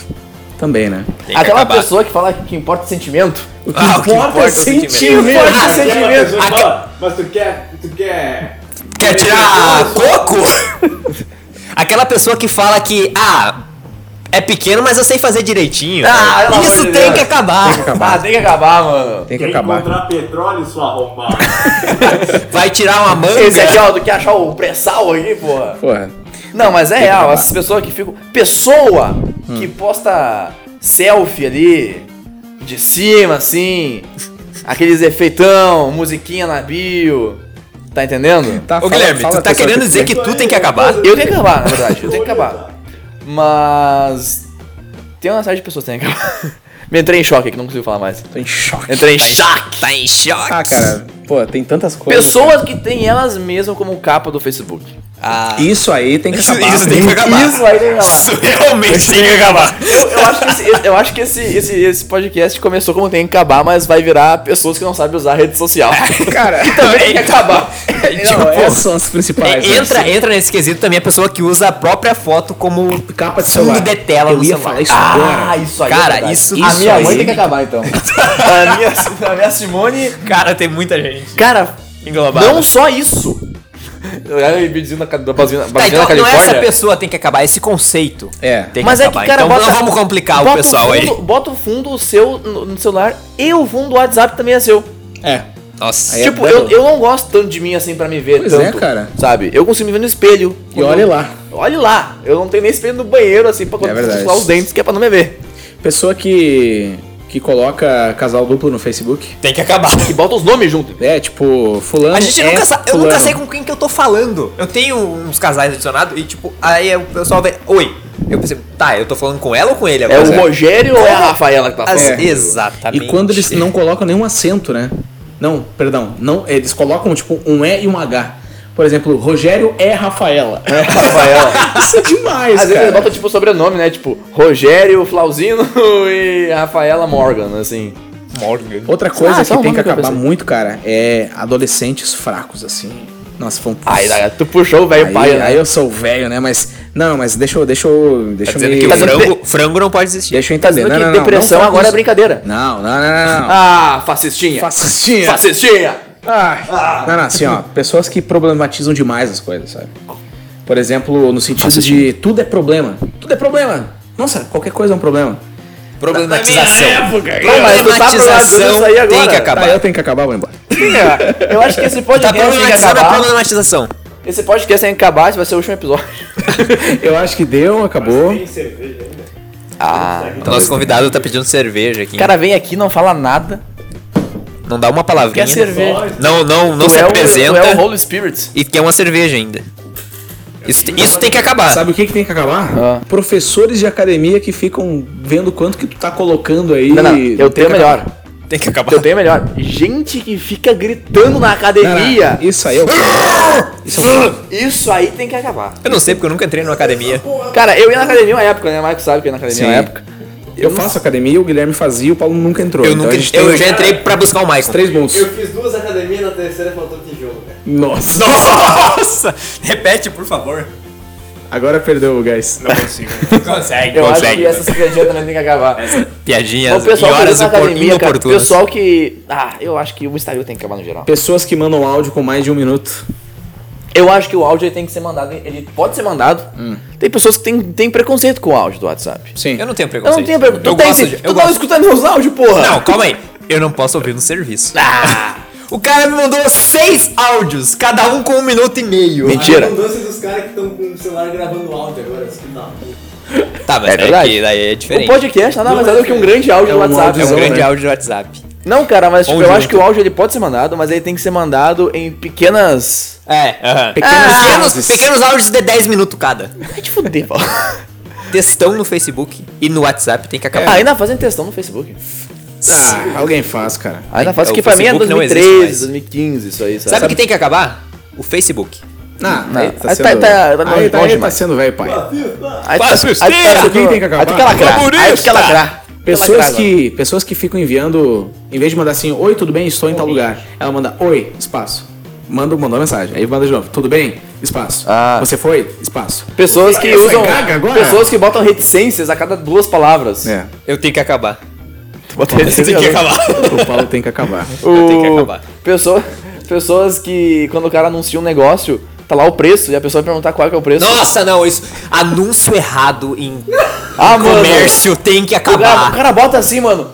Speaker 2: também, né?
Speaker 3: Tem que
Speaker 1: Aquela
Speaker 3: acabar.
Speaker 1: pessoa que fala que, que importa é sentimento.
Speaker 2: O que
Speaker 3: Ah, o que
Speaker 2: importa
Speaker 3: importa é
Speaker 2: é
Speaker 3: o sentimento.
Speaker 2: sentimento.
Speaker 1: Importa é
Speaker 4: Aquela
Speaker 1: sentimento.
Speaker 2: Ah,
Speaker 4: pessoa que
Speaker 2: tá.
Speaker 4: fala, mas tu quer, tu quer...
Speaker 3: Quer tirar coco? Aquela pessoa que fala que, ah, é pequeno, mas eu sei fazer direitinho.
Speaker 1: Ah, pelo amor
Speaker 3: Isso
Speaker 1: de
Speaker 3: tem
Speaker 1: Deus.
Speaker 3: que acabar.
Speaker 1: Ah, tem que acabar, mano.
Speaker 2: Tem que
Speaker 4: Quer
Speaker 2: acabar.
Speaker 4: encontrar petróleo, sua arrombada.
Speaker 3: Vai tirar uma manga.
Speaker 1: Esse aqui, ó, do que achar o pré-sal aí, porra.
Speaker 2: Porra.
Speaker 1: Não, mas é real, essas pessoas que ficam. Pessoa que
Speaker 3: Hum.
Speaker 1: posta selfie ali, de cima, assim. Aqueles efeitão, musiquinha na bio. Tá entendendo? Ah,
Speaker 2: Tá,
Speaker 3: Ô Guilherme, tu tá querendo dizer que tu tem que acabar?
Speaker 1: Eu tenho que acabar, na verdade, eu tenho que acabar. Mas. Tem uma série de pessoas que tem que acabar. Me entrei em choque aqui, não consigo falar mais.
Speaker 2: Tô em choque.
Speaker 1: Entrei em
Speaker 3: Tá em
Speaker 1: choque.
Speaker 3: choque. Tá em choque.
Speaker 2: Ah, cara, pô, tem tantas coisas.
Speaker 1: Pessoas que têm elas mesmas como capa do Facebook.
Speaker 3: Ah,
Speaker 2: Isso aí tem que
Speaker 3: Isso-
Speaker 2: acabar.
Speaker 3: isso tem que acabar.
Speaker 1: Isso aí tem que acabar.
Speaker 3: isso realmente tem que acabar.
Speaker 1: Eu, eu acho que, esse, eu acho que esse, esse, esse podcast começou como tem que acabar, mas vai virar pessoas que não sabem usar a rede social.
Speaker 2: Cara, Tipo,
Speaker 1: Também tem que acabar.
Speaker 2: não, essas são as principais. né?
Speaker 3: é assim, entra, entra nesse quesito também a pessoa que usa a própria foto como
Speaker 2: assim. Capa de
Speaker 3: fundo
Speaker 2: celular.
Speaker 3: de tela
Speaker 2: Eu
Speaker 3: no
Speaker 2: ia
Speaker 3: celular.
Speaker 2: falar isso
Speaker 1: Ah,
Speaker 2: agora.
Speaker 1: isso aí. é
Speaker 3: Cara,
Speaker 1: verdade.
Speaker 3: isso-
Speaker 1: A
Speaker 3: isso
Speaker 1: minha mãe
Speaker 3: aí.
Speaker 1: tem que acabar, então. a, minha, a minha Simone.
Speaker 3: Cara, tem muita gente
Speaker 1: Cara,
Speaker 3: englobada.
Speaker 1: não só isso. Eu era me dizendo na, ca- da Basina,
Speaker 3: Tá, então não é
Speaker 1: Califórnia.
Speaker 3: essa pessoa tem que acabar, esse conceito.
Speaker 2: É.
Speaker 3: Tem que
Speaker 1: Mas é que,
Speaker 3: acabar.
Speaker 1: cara,
Speaker 3: então
Speaker 1: bota,
Speaker 3: não vamos complicar o
Speaker 1: bota
Speaker 3: pessoal
Speaker 1: fundo- Bota o fundo seu no, no celular e o fundo do WhatsApp também é seu.
Speaker 2: É.
Speaker 3: aí. Nossa.
Speaker 2: Aí é
Speaker 1: tipo, eu,
Speaker 2: double.
Speaker 1: eu não gosto tanto de mim assim pra me ver
Speaker 2: Pois é,
Speaker 1: tanto.
Speaker 2: cara.
Speaker 1: Sabe? Eu consigo me ver no espelho.
Speaker 2: E olha lá.
Speaker 1: Olhe lá. Eu não tenho nem espelho no banheiro assim pra quando eu
Speaker 2: verdade.
Speaker 1: escovar os dentes, que é pra não me ver.
Speaker 2: Pessoa que. que coloca casal duplo no Facebook.
Speaker 3: Tem que acabar.
Speaker 1: E bota os nomes junto.
Speaker 2: É, tipo, fulano.
Speaker 3: A gente
Speaker 2: é
Speaker 3: nunca sabe. Eu
Speaker 2: fulano.
Speaker 3: nunca sei com quem que eu tô falando. Eu tenho uns casais adicionados e, tipo, aí o pessoal vê. Oi. Eu pensei, tá, eu tô falando com ela ou com ele
Speaker 1: É
Speaker 3: agora?
Speaker 1: o Rogério ou é a Rafaela que tá
Speaker 3: As-
Speaker 1: falando?
Speaker 2: É.
Speaker 3: Exatamente.
Speaker 2: E quando eles não colocam nenhum acento, né? Não, perdão. Não, eles colocam tipo um E e um H. Por exemplo, Rogério é Rafaela.
Speaker 1: Rafaela.
Speaker 2: Isso é demais,
Speaker 1: Às vezes
Speaker 2: cara.
Speaker 1: ele bota tipo sobrenome, né? Tipo, Rogério Flauzino e Rafaela Morgan, assim.
Speaker 3: Morgan.
Speaker 2: Outra coisa
Speaker 1: Ah, só
Speaker 2: que
Speaker 1: um
Speaker 2: tem que
Speaker 1: nome que eu
Speaker 2: acabar
Speaker 1: pensei.
Speaker 2: muito, cara, é adolescentes fracos, assim. Nossa, foi um...
Speaker 1: Aí, tu puxou o velho
Speaker 2: Aí-
Speaker 1: pai, né?
Speaker 2: aí eu sou velho, né? Mas, não, mas deixa eu... Deixa eu, deixa
Speaker 3: Tá
Speaker 2: eu
Speaker 3: dizendo
Speaker 2: me-
Speaker 3: que o
Speaker 1: Mas eu-
Speaker 3: frango, frango não pode existir.
Speaker 2: Deixa eu
Speaker 1: Tá
Speaker 2: entender.
Speaker 1: dizendo
Speaker 2: Não,
Speaker 1: que
Speaker 2: não, não,
Speaker 1: depressão
Speaker 2: não fala
Speaker 1: agora é
Speaker 2: isso.
Speaker 1: brincadeira.
Speaker 2: Não, não, não, não. não.
Speaker 1: Ah, fascistinha.
Speaker 2: Fascistinha.
Speaker 1: Fascistinha.
Speaker 2: Ah, não, não, assim, ó, pessoas que problematizam demais as coisas, sabe? Por exemplo, no sentido de tudo é problema. Tudo é problema. Nossa, qualquer coisa é um problema.
Speaker 3: tá Problematização.
Speaker 1: Não, mas tu tá problematizando isso aí agora.
Speaker 3: tem que acabar.
Speaker 2: Tá, eu tenho que acabar, vou embora.
Speaker 1: Eu acho que
Speaker 3: Tá
Speaker 1: esse podcast tem que
Speaker 3: problematizando a
Speaker 1: acabar.
Speaker 3: problematização.
Speaker 1: Esse podcast tem que acabar, esse vai ser o último episódio.
Speaker 2: Eu acho que deu, acabou.
Speaker 4: Tem cerveja ainda.
Speaker 1: Ah.
Speaker 3: Então, nosso convidado tá pedindo cerveja aqui.
Speaker 1: O cara vem aqui, não fala nada.
Speaker 3: não dá uma palavrinha.
Speaker 1: Quer cerveja.
Speaker 3: Não, não, não
Speaker 1: Tu
Speaker 3: se
Speaker 1: é o-
Speaker 3: apresenta.
Speaker 1: tu é o Holy Spirit.
Speaker 3: E quer uma cerveja ainda. Isso, te- isso tem que acabar.
Speaker 2: Sabe o que, que tem que acabar?
Speaker 1: Ah.
Speaker 2: Professores de academia que ficam vendo quanto que tu tá colocando aí.
Speaker 1: Não, não, eu
Speaker 2: Tem
Speaker 1: tenho
Speaker 2: que
Speaker 1: melhor.
Speaker 3: Tem que acabar.
Speaker 1: Eu tenho melhor. Gente que fica gritando na
Speaker 2: acabar. Não,
Speaker 1: academia.
Speaker 2: não, Isso aí é o. Isso é o...
Speaker 1: Isso aí tem que acabar.
Speaker 3: Eu não sei porque eu nunca entrei numa academia.
Speaker 1: Cara, eu ia na academia uma época, né? O Marco sabe que eu ia na academia
Speaker 2: Sim.
Speaker 1: uma época.
Speaker 2: Eu faço academia, o Guilherme fazia, o Paulo nunca entrou.
Speaker 3: Eu,
Speaker 2: Então
Speaker 3: nunca,
Speaker 2: a gente tem
Speaker 3: eu já entrei pra buscar o Michael.
Speaker 2: três pontos.
Speaker 4: Eu fiz duas academias, na terceira faltou tijolo, né? cara.
Speaker 2: Nossa.
Speaker 3: Nossa! Repete, por favor.
Speaker 2: Agora perdeu o gás.
Speaker 3: Não consigo. Consegue,
Speaker 1: Eu acho que
Speaker 3: consegue.
Speaker 1: essas piadinhas também tem que acabar. Mas
Speaker 3: Piadinhas
Speaker 1: o pessoal
Speaker 3: em
Speaker 1: que
Speaker 3: horas
Speaker 1: na
Speaker 3: opor-
Speaker 1: academia, cara, o
Speaker 3: inoportunas.
Speaker 1: pessoal que. Ah, eu acho que o Instagram tem que acabar no geral.
Speaker 2: Pessoas que mandam áudio com mais de um minuto.
Speaker 1: Eu acho que o áudio ele tem que ser mandado. Ele pode ser mandado. Tem pessoas que têm têm preconceito com o áudio do WhatsApp.
Speaker 2: Sim.
Speaker 3: Hum. Eu não tenho
Speaker 1: Eu
Speaker 3: preconceito.
Speaker 1: não tenho preconceito.
Speaker 3: Eu
Speaker 1: Tu, tem,
Speaker 3: gosto
Speaker 1: sim.
Speaker 3: de-
Speaker 1: tu
Speaker 3: eu
Speaker 1: não
Speaker 3: gosto-
Speaker 1: escuta meus áudios, porra!
Speaker 3: Não, calma aí. Eu não posso ouvir no serviço. O cara me mandou seis áudios, cada um com um minuto e meio.
Speaker 1: Mentira.
Speaker 4: A redundância Um dos caras que estão com o celular gravando áudio agora, assim, isso que dá.
Speaker 3: Tá, mas
Speaker 1: É
Speaker 3: é
Speaker 1: verdade.
Speaker 3: que daí é
Speaker 1: O
Speaker 3: diferente.
Speaker 1: podcast nada mais é do que um grande áudio
Speaker 2: É um
Speaker 1: no WhatsApp.
Speaker 2: áudio
Speaker 3: É um
Speaker 2: Visão,
Speaker 3: grande
Speaker 2: né?
Speaker 3: áudio é? de WhatsApp.
Speaker 1: Não, cara, mas tipo,
Speaker 3: Ou
Speaker 1: eu
Speaker 3: junto.
Speaker 1: acho que o áudio ele pode ser mandado, mas ele tem que ser mandado em pequenas.
Speaker 3: É,
Speaker 1: Ah,
Speaker 3: pequenos,
Speaker 2: áudios.
Speaker 3: pequenos áudios de 10 minutos cada.
Speaker 1: Vai te fuder, Paulo.
Speaker 3: Textão no Facebook e no WhatsApp tem que
Speaker 1: Ah,
Speaker 3: acabar.
Speaker 1: ainda fazem textão no Facebook.
Speaker 2: Ah, alguém faz, cara.
Speaker 1: Ainda faz
Speaker 3: É,
Speaker 1: que
Speaker 3: o
Speaker 1: pra mim é
Speaker 3: Facebook não existe
Speaker 1: 2013,
Speaker 3: mais.
Speaker 1: 2015, isso aí,
Speaker 3: sabe o
Speaker 1: sabe?
Speaker 3: que tem que acabar? O Facebook.
Speaker 2: Não,
Speaker 1: Não.
Speaker 2: aí tá
Speaker 1: Aí
Speaker 2: sendo.
Speaker 1: tá- tá- tá
Speaker 2: aí,
Speaker 1: bom
Speaker 2: aí tá
Speaker 1: demais.
Speaker 2: sendo velho, pai.
Speaker 1: Aí tu-
Speaker 6: Faz
Speaker 1: aí tu-
Speaker 6: besteira,
Speaker 1: aí tu-
Speaker 2: quem tem que acabar?
Speaker 1: Aí tu quer lacrar, Aí tu
Speaker 6: Comunista.
Speaker 1: quer lacrar.
Speaker 2: Pessoas
Speaker 1: Lacrar,
Speaker 2: que, pessoas que ficam enviando, em vez de mandar assim, oi, tudo bem, estou em tal lugar, ela manda, oi, espaço. Manda, mandou mensagem. Aí manda de novo, tudo bem, espaço.
Speaker 1: Ah.
Speaker 2: Você foi? Espaço.
Speaker 1: Pessoas que
Speaker 2: Você
Speaker 1: usam.
Speaker 2: caga agora?
Speaker 1: Pessoas que botam reticências a cada duas palavras.
Speaker 2: É,
Speaker 3: Eu tenho que acabar.
Speaker 1: Bota
Speaker 3: Eu tenho que
Speaker 1: reticências.
Speaker 3: acabar.
Speaker 2: o Paulo tem que acabar.
Speaker 1: O-
Speaker 3: tenho que acabar.
Speaker 1: pessoa- pessoas que, quando o cara anuncia um negócio, tá lá o preço e a pessoa vai perguntar qual que é o preço.
Speaker 3: Nossa, não, isso. Anúncio errado em
Speaker 1: Ah, mano.
Speaker 3: comércio tem que
Speaker 1: O cara, o
Speaker 3: acabar.
Speaker 1: cara bota assim, mano,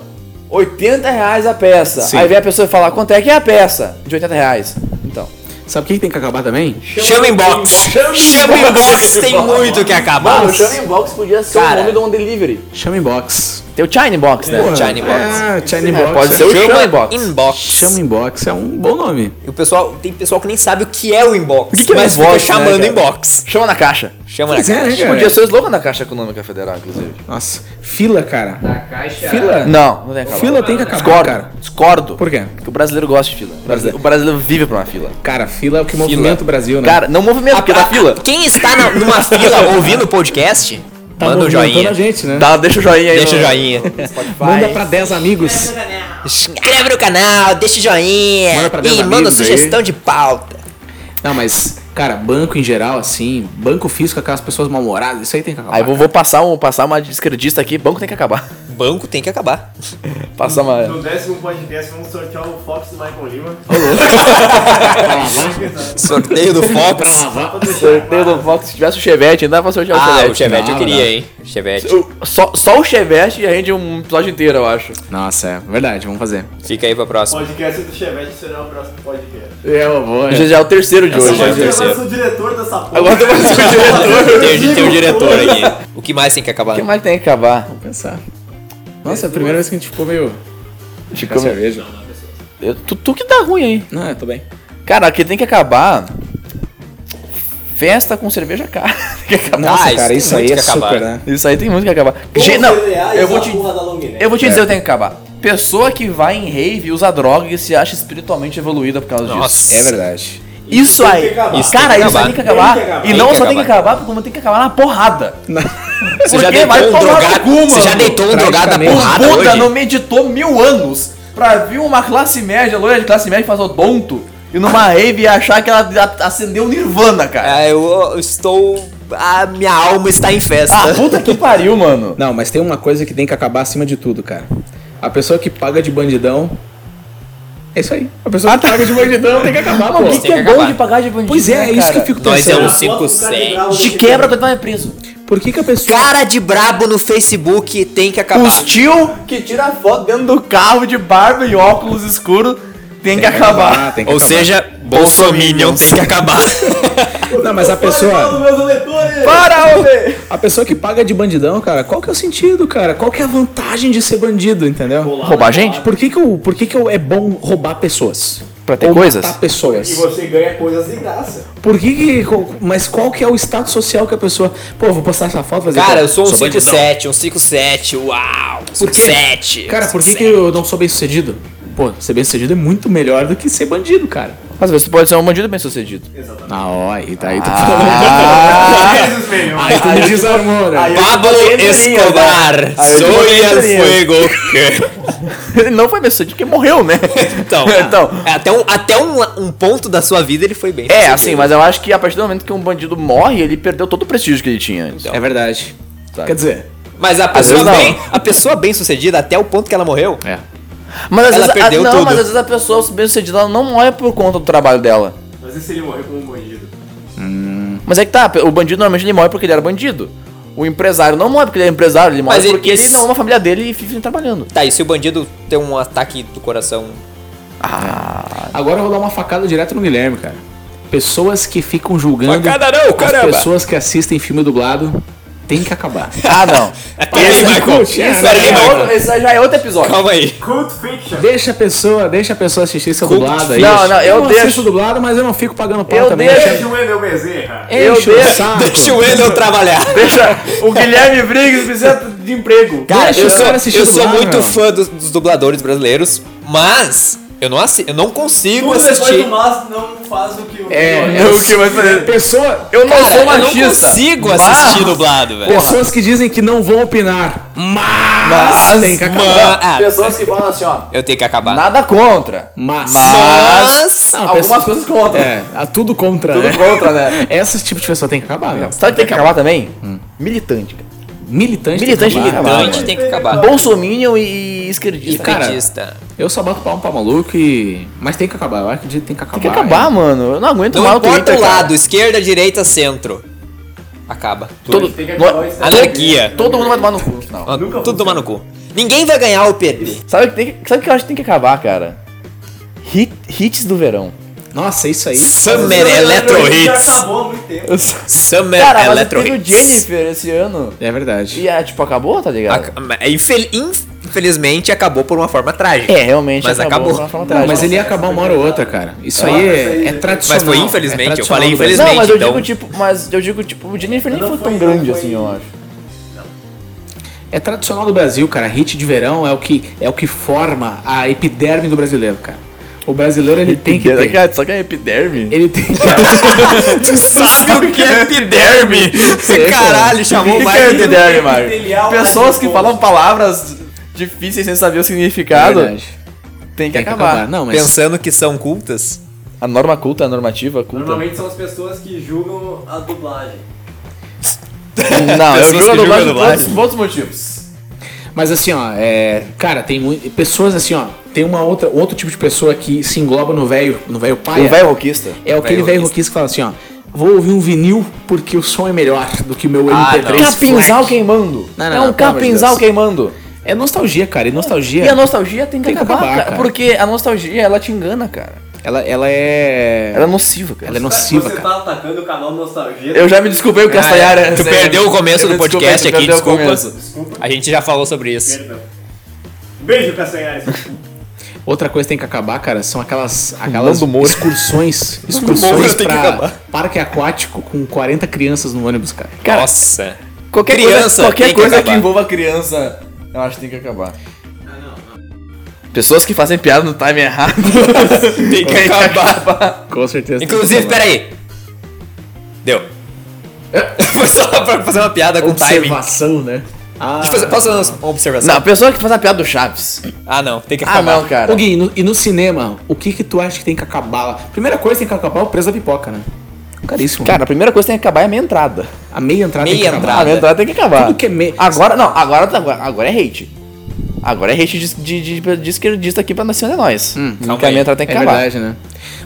Speaker 1: 80 reais a peça.
Speaker 2: Sim.
Speaker 1: Aí vem a pessoa e fala, quanto é que é a peça? De 80 reais. Então.
Speaker 2: Sabe o que que tem que acabar também?
Speaker 3: Chama inbox. Chama inbox tem muito que acabar.
Speaker 1: Mano, o China Inbox podia ser
Speaker 3: Cara.
Speaker 1: o nome de um delivery.
Speaker 2: Chama inbox.
Speaker 1: Tem o China Inbox, né?
Speaker 3: É. China Inbox.
Speaker 2: É, China
Speaker 1: É,
Speaker 2: inbox.
Speaker 1: pode ser o Chama Inbox.
Speaker 2: Chama inbox, é um bom nome.
Speaker 3: E o pessoal, tem pessoal que nem sabe o que é o inbox,
Speaker 1: O que que é
Speaker 3: mas
Speaker 1: inbox,
Speaker 3: fica chamando
Speaker 1: né, cara?
Speaker 3: inbox.
Speaker 1: Chama na caixa.
Speaker 3: Chama
Speaker 2: Pois
Speaker 3: na
Speaker 2: é,
Speaker 3: cara.
Speaker 2: né, cara?
Speaker 1: Podia ser o slogan da Caixa Econômica Federal, inclusive.
Speaker 2: Nossa, fila, cara.
Speaker 4: A caixa.
Speaker 2: Fila?
Speaker 1: Não, não tem que acabar.
Speaker 2: Fila tem que acabar,
Speaker 1: Discordo,
Speaker 2: cara.
Speaker 1: Discordo.
Speaker 2: Por quê?
Speaker 1: Porque o brasileiro gosta de fila. O brasileiro, o brasileiro vive pra uma fila.
Speaker 2: Cara, fila é o que movimenta o Brasil, né?
Speaker 1: Cara, não movimento, porque
Speaker 3: A-
Speaker 1: da
Speaker 3: a-
Speaker 1: fila.
Speaker 3: Ah, Quem está na- numa fila ouvindo o podcast,
Speaker 2: tá
Speaker 3: manda um
Speaker 2: movimentando
Speaker 3: joinha.
Speaker 2: a gente, né?
Speaker 1: Dá, deixa o joinha aí.
Speaker 3: Deixa
Speaker 1: no-
Speaker 3: o joinha.
Speaker 2: Manda pra 10 amigos.
Speaker 3: Se Inscreve no canal, deixa o joinha.
Speaker 2: Manda pra meus
Speaker 3: e manda
Speaker 2: amigos
Speaker 3: sugestão de pauta.
Speaker 2: Não, mas, cara, banco em geral, assim, banco físico, aquelas pessoas mal-humoradas, isso aí tem que acabar.
Speaker 1: Aí vou, vou passar, um, passar uma descredista aqui, banco tem que acabar.
Speaker 3: Banco tem que acabar.
Speaker 1: Passar uma.
Speaker 7: No décimo podcast vamos sortear o Fox do Michael Lima.
Speaker 3: Sorteio do Fox.
Speaker 1: Sorteio do Fox, se tivesse o Chevette, ainda dá pra sortear
Speaker 3: ah,
Speaker 1: o
Speaker 3: o
Speaker 1: Chevette. né?
Speaker 3: Chevette eu
Speaker 2: Não,
Speaker 3: queria,
Speaker 2: não.
Speaker 3: hein? Chevette.
Speaker 1: O- só, só o Chevette já rende um episódio inteiro, eu acho.
Speaker 2: Nossa, é verdade, vamos fazer.
Speaker 3: Fica aí pra próxima.
Speaker 7: Podcast do Chevette será o próximo podcast.
Speaker 2: Eu vou.
Speaker 1: Já é o terceiro de hoje.
Speaker 3: já é o
Speaker 7: Mas eu
Speaker 3: terceiro.
Speaker 7: sou o diretor dessa porra.
Speaker 1: Agora tem mais um diretor.
Speaker 3: Tem, tem o diretor aqui. O que mais tem que
Speaker 1: O
Speaker 3: acabar?
Speaker 1: que mais tem que acabar?
Speaker 2: pensar. Nossa, é a primeira vez que a gente ficou meio. Ficou cerveja.
Speaker 1: Eu- tu, tu que tá ruim aí.
Speaker 2: Não, eu tô bem.
Speaker 1: Cara, aqui tem que acabar. Festa com cerveja cara. Tem que acabar.
Speaker 3: Ah, isso tem muito que acabar.
Speaker 2: né?
Speaker 1: Isso aí tem muito que acabar. Gente, não, eu vou te.
Speaker 4: Porra da long neck.
Speaker 1: Eu vou te dizer, eu tenho que acabar. Pessoa que vai em rave, usa droga e se acha espiritualmente evoluída por causa disso.
Speaker 3: Nossa.
Speaker 2: É verdade.
Speaker 1: Isso
Speaker 7: tem
Speaker 1: aí.
Speaker 7: que acabar.
Speaker 1: Isso cara,
Speaker 3: tem que
Speaker 1: isso aí
Speaker 3: acabar.
Speaker 1: tem que acabar.
Speaker 7: Tem que acabar.
Speaker 1: E não
Speaker 3: Tem que
Speaker 1: só tem que
Speaker 3: acabar.
Speaker 1: acabar, como tem que acabar na porrada.
Speaker 3: Você já
Speaker 1: Porque vai
Speaker 3: deitou um
Speaker 1: tomar no
Speaker 3: drogado.
Speaker 1: cu,
Speaker 3: Você já
Speaker 1: mano.
Speaker 3: deitou um drogado da
Speaker 2: Praticamente.
Speaker 3: porrada
Speaker 1: O Buda
Speaker 3: hoje?
Speaker 1: não meditou mil anos pra vir uma classe média, loira de classe média que faz odonto, e numa rave e achar que ela a- acendeu nirvana, cara.
Speaker 3: Ah, eu eu estou. A minha alma está em festa.
Speaker 1: Ah, puta que pariu, mano.
Speaker 2: Não, mas tem uma coisa que tem que acabar acima de tudo, cara. A pessoa que paga de bandidão. É isso aí. A pessoa que paga de bandidão tem que acabar, pô.
Speaker 1: Mas
Speaker 3: tem
Speaker 1: o que, que é
Speaker 3: que
Speaker 1: bom
Speaker 3: acabar.
Speaker 1: de pagar de bandido?
Speaker 2: Pois é,
Speaker 1: né,
Speaker 2: é isso que
Speaker 1: cara?
Speaker 2: eu fico
Speaker 3: Nós é
Speaker 2: pensando.
Speaker 3: um 5-7.
Speaker 1: De quebra, tu vai preso.
Speaker 2: Por que, que a pessoa.
Speaker 3: Cara de brabo no Facebook tem que acabar.
Speaker 1: Os tio que tira foto dentro do carro de barba e óculos escuros tem, que acabar.
Speaker 2: Ah, tem que
Speaker 3: Ou
Speaker 2: acabar.
Speaker 3: seja, Bolsominion tem que acabar.
Speaker 2: Não, mas a
Speaker 4: um
Speaker 2: pessoa.
Speaker 1: Para, ô, velho!
Speaker 2: A pessoa que paga de bandidão, cara, qual que é o sentido, cara? Qual que é a vantagem de ser bandido, entendeu?
Speaker 1: Roubar gente?
Speaker 2: Por que que, eu, por que que eu- é bom roubar pessoas?
Speaker 1: Pra ter
Speaker 2: Ou
Speaker 1: coisas?
Speaker 2: matar pessoas.
Speaker 7: E você ganha coisas de graça.
Speaker 2: Por que que... Mas qual que é o status social que a pessoa... Pô, vou postar essa foto, fazer...
Speaker 3: Cara, eu sou um
Speaker 2: bandidão.
Speaker 3: 5-7, um 5-7, uau! um
Speaker 2: Por quê?
Speaker 3: 7.
Speaker 2: Cara, por que que eu não sou bem sucedido? Pô, ser bem sucedido é muito melhor do que ser bandido, cara.
Speaker 1: Mas você pode ser um bandido bem sucedido.
Speaker 2: Ah, ó, aí tá aí. Ah,
Speaker 7: Coisas melhor.
Speaker 2: aí tu me desarmou, né?
Speaker 3: Pablo Escobar,
Speaker 1: Aí eu te
Speaker 3: soy
Speaker 1: mandei
Speaker 3: el
Speaker 1: entrelinhas.
Speaker 3: fuego.
Speaker 1: Ele não foi bem sucedido porque morreu, né?
Speaker 3: Então,
Speaker 1: Então.
Speaker 3: até, um, até um, um ponto da sua vida ele foi bem.
Speaker 1: É, assim, mas eu acho que a partir do momento que um bandido morre, ele perdeu todo o prestígio que ele tinha então. antes.
Speaker 2: É verdade. Quer dizer...
Speaker 3: Mas a pessoa,
Speaker 1: vezes não.
Speaker 3: bem, a pessoa bem sucedida até o ponto que ela morreu.
Speaker 2: É.
Speaker 1: Mas às
Speaker 3: Ela
Speaker 1: vezes, a,
Speaker 3: perdeu
Speaker 1: não,
Speaker 3: tudo.
Speaker 1: mas às vezes a pessoa bem sucedida ela não morre por conta do trabalho dela.
Speaker 7: Mas e se ele morrer como um bandido?
Speaker 1: Mas é que tá, o bandido normalmente ele morre porque ele era bandido. O empresário não morre porque ele é empresário, ele morre
Speaker 3: Mas ele-
Speaker 1: porque ele não ama a família dele e vive trabalhando.
Speaker 3: Tá, e se o bandido tem um ataque do coração?
Speaker 2: Agora eu vou dar uma facada direto no Guilherme, cara. Pessoas que ficam julgando
Speaker 3: não,
Speaker 2: as pessoas que assistem filme dublado tem que acabar.
Speaker 1: Ah, não.
Speaker 3: Pera aí, Michael. Pera aí,
Speaker 1: É
Speaker 3: Michael.
Speaker 1: outro- esse já é outro episódio.
Speaker 3: Calma aí.
Speaker 7: Cult Fiction.
Speaker 2: Deixa a pessoa, deixa a pessoa assistir seu
Speaker 3: Cult
Speaker 2: dublado aí.
Speaker 1: fiction. Não, não, eu
Speaker 2: assisto
Speaker 1: deixo.
Speaker 2: dublado, mas eu não fico pagando pau
Speaker 1: Eu
Speaker 2: também.
Speaker 1: deixo.
Speaker 2: achando-
Speaker 7: Deixa o Enel Bezerra.
Speaker 1: Eu
Speaker 2: Enche o
Speaker 1: deixo.
Speaker 2: saco.
Speaker 3: Deixa o Wendel trabalhar.
Speaker 1: Ah, Deixa o Guilherme Briggs precisa de emprego.
Speaker 3: Cara,
Speaker 2: Deixa
Speaker 3: eu
Speaker 2: os
Speaker 3: sou,
Speaker 2: caras assistir
Speaker 3: eu sou
Speaker 2: dublado,
Speaker 3: muito
Speaker 2: meu.
Speaker 3: fã dos, dos dubladores brasileiros, mas Eu não, assi eu não consigo
Speaker 4: Tudo depois
Speaker 3: assistir.
Speaker 4: do Mas não faz o que o.
Speaker 1: É, é o que vai fazer.
Speaker 2: Pessoa,
Speaker 1: Eu não sou
Speaker 3: eu não
Speaker 1: machista.
Speaker 3: consigo
Speaker 1: mas-
Speaker 3: assistir dublado, velho.
Speaker 2: pessoas que dizem que não vão opinar, mas,
Speaker 1: Mas-
Speaker 2: tem que acabar.
Speaker 3: Mano, ah,
Speaker 1: Pessoas que falam assim, ó.
Speaker 3: eu tenho que acabar.
Speaker 1: Nada contra.
Speaker 2: Mas,
Speaker 1: Mas.
Speaker 2: Não,
Speaker 1: algumas
Speaker 2: pessoa-
Speaker 1: coisas contra.
Speaker 2: é, a tudo contra,
Speaker 1: Tudo
Speaker 2: né?
Speaker 1: contra, Tá. né?
Speaker 2: Esse tipo de pessoa tem que acabar, velho.
Speaker 1: Sabe o que tem que acabar também?
Speaker 3: Hum.
Speaker 1: Militante. cara.
Speaker 2: Militante,
Speaker 1: Militante,
Speaker 2: tem que acabar.
Speaker 1: militante.
Speaker 3: Dante
Speaker 2: velho.
Speaker 3: tem que acabar. é
Speaker 1: Bolsominion e esquerdista.
Speaker 2: cara,
Speaker 3: Petista.
Speaker 2: Eu só bato palmo pra maluco e. Mas tem que acabar, eu acredito que tem que acabar.
Speaker 1: Tem que acabar, mano. Eu não aguento
Speaker 3: Não
Speaker 1: mais o
Speaker 3: importa
Speaker 1: Twitter,
Speaker 3: o
Speaker 1: cara.
Speaker 3: lado, esquerda, direita, centro. Acaba.
Speaker 1: Todo,
Speaker 7: Tem que acabar isso.
Speaker 3: Anarquia.
Speaker 1: todo mundo vai tomar no cu no final.
Speaker 7: Nunca
Speaker 3: Ah, Tudo tomar no cu. Ninguém vai ganhar ou perder.
Speaker 1: Sabe o que, tem que- sabe o que eu acho que tem que acabar, cara? Hit- hits do verão.
Speaker 2: Nossa, isso aí.
Speaker 3: Summer Electro
Speaker 4: assim, Já
Speaker 3: Hits.
Speaker 4: acabou há muito tempo.
Speaker 3: Summer
Speaker 1: Cara, mas
Speaker 3: Electro
Speaker 1: teve o
Speaker 3: Hits.
Speaker 1: Jennifer esse ano.
Speaker 2: É verdade.
Speaker 1: E, ah, tipo, acabou, tá ligado?
Speaker 3: Ac- é infel- Infelizmente acabou por uma forma trágica.
Speaker 1: É, realmente.
Speaker 3: Mas acabou.
Speaker 1: de uma forma
Speaker 2: Não, mas
Speaker 1: trágica.
Speaker 2: ele ia acabar uma hora ou outra, cara. Isso
Speaker 1: Ah,
Speaker 2: aí é, é tradicional.
Speaker 3: Mas foi infelizmente,
Speaker 2: é
Speaker 3: eu
Speaker 2: tradicional
Speaker 3: falei
Speaker 2: do Brasil.
Speaker 1: Não, mas eu
Speaker 3: então.
Speaker 1: digo, tipo, mas eu digo, tipo, o Jennifer nem
Speaker 4: Não
Speaker 1: foi
Speaker 4: foi,
Speaker 1: tão
Speaker 4: não
Speaker 1: grande
Speaker 4: foi.
Speaker 1: assim, eu acho.
Speaker 2: É tradicional do Brasil, cara. Hit de verão é o que, é o que forma a epiderme do brasileiro, cara. O brasileiro ele tem que ter.
Speaker 1: Só que é epiderme.
Speaker 2: Ele tem
Speaker 3: Sabe o que é epiderme?
Speaker 2: Sei, cara.
Speaker 3: Caralho,
Speaker 1: O
Speaker 3: chamou
Speaker 1: que,
Speaker 3: o
Speaker 1: que é
Speaker 3: Mario.
Speaker 1: epiderme,
Speaker 4: Epitelial,
Speaker 1: Mário? Pessoas
Speaker 4: né,
Speaker 1: que
Speaker 4: pô.
Speaker 1: falam palavras difíceis sem saber o significado
Speaker 2: É Verdade.
Speaker 1: tem que
Speaker 2: Tem que
Speaker 1: acabar.
Speaker 2: acabar. Não, mas
Speaker 3: Pensando que são cultas.
Speaker 1: A norma culta, a normativa culta.
Speaker 4: Normalmente são as pessoas que julgam a dublagem.
Speaker 1: Não,
Speaker 3: Pessoas
Speaker 1: eu
Speaker 3: que
Speaker 1: julgo
Speaker 3: julgam a
Speaker 1: a dublagem por
Speaker 3: dublagem.
Speaker 1: outros, por outros motivos.
Speaker 2: Mas assim, ó, é, cara, tem muito, pessoas assim, ó, tem uma outra outro tipo de pessoa que se engloba no velho, no velho pai.
Speaker 1: O velho roquista.
Speaker 2: É aquele
Speaker 3: Velho
Speaker 2: velho
Speaker 3: roquista.
Speaker 2: roquista que fala assim, ó, vou ouvir um vinil porque o som é melhor do que o meu
Speaker 3: Ah,
Speaker 2: MP3.
Speaker 3: não.
Speaker 1: Capinzal queimando.
Speaker 2: Não, não,
Speaker 1: é
Speaker 2: não,
Speaker 1: um
Speaker 2: pelo amor de
Speaker 1: capinzal
Speaker 2: Deus.
Speaker 1: queimando.
Speaker 2: É nostalgia, cara, e nostalgia.
Speaker 1: E a nostalgia tem que
Speaker 2: Tem que
Speaker 1: acabar,
Speaker 2: acabar,
Speaker 1: cara,
Speaker 2: cara.
Speaker 1: Porque a nostalgia, ela te engana, cara.
Speaker 2: Ela ela é
Speaker 1: Ela é nociva, cara.
Speaker 2: ela é
Speaker 4: Você
Speaker 2: nociva, cara.
Speaker 4: tá atacando o canal Nostalgia.
Speaker 1: Eu já me desculpei com o Castanhara.
Speaker 3: É, Ah, Tu perdeu o começo
Speaker 1: Eu
Speaker 3: do
Speaker 1: me desculpei,
Speaker 3: podcast
Speaker 1: tu
Speaker 3: aqui,
Speaker 1: perdeu o
Speaker 3: desculpa.
Speaker 1: começo.
Speaker 3: A gente já falou sobre isso.
Speaker 7: Perdão. Beijo, Castanhares.
Speaker 2: Outra coisa que tem que acabar, cara, são aquelas, aquelas
Speaker 1: Nando Moura.
Speaker 2: excursões,
Speaker 3: Moura
Speaker 2: excursões
Speaker 3: tem que
Speaker 2: pra
Speaker 3: acabar.
Speaker 2: parque aquático com 40 crianças no ônibus, cara.
Speaker 1: Cara,
Speaker 3: Nossa.
Speaker 1: Qualquer
Speaker 3: Criança
Speaker 1: coisa, qualquer
Speaker 3: tem que
Speaker 1: coisa que,
Speaker 3: acabar.
Speaker 1: envolva criança, eu acho que tem que acabar. Pessoas que fazem piada no time errado.
Speaker 3: Tem que acabar.
Speaker 2: Com certeza. tem que
Speaker 3: Inclusive,
Speaker 2: acabar.
Speaker 3: peraí. Deu.
Speaker 1: É.
Speaker 3: Foi só pra fazer uma piada com timing. Tipo assim,
Speaker 2: observação, né? Ah,
Speaker 3: Deixa eu fazer- Posso fazer uma observação?
Speaker 1: Não, pessoa que faz a piada do Chaves.
Speaker 3: Ah, não. Tem que
Speaker 1: Ah,
Speaker 3: acabar.
Speaker 1: não, cara.
Speaker 2: Ô Gui, e no, e no cinema, o que que tu acha que tem que acabar lá? Primeira coisa que tem que acabar é o preço da pipoca, né? Caríssimo.
Speaker 1: Cara, a primeira coisa que tem que acabar é a minha entrada.
Speaker 2: a meia entrada
Speaker 3: meia
Speaker 2: tem que acabar.
Speaker 1: A minha entrada tem que acabar.
Speaker 2: Tudo que é meia-
Speaker 1: Agora, não, agora, tá- agora, agora é hate. Agora é hate de, de, de- de esquerdista aqui pra nacional é nós.
Speaker 3: calma
Speaker 1: que a
Speaker 3: aí.
Speaker 1: minha entrada tem que
Speaker 2: É
Speaker 1: acabar.
Speaker 2: verdade, né?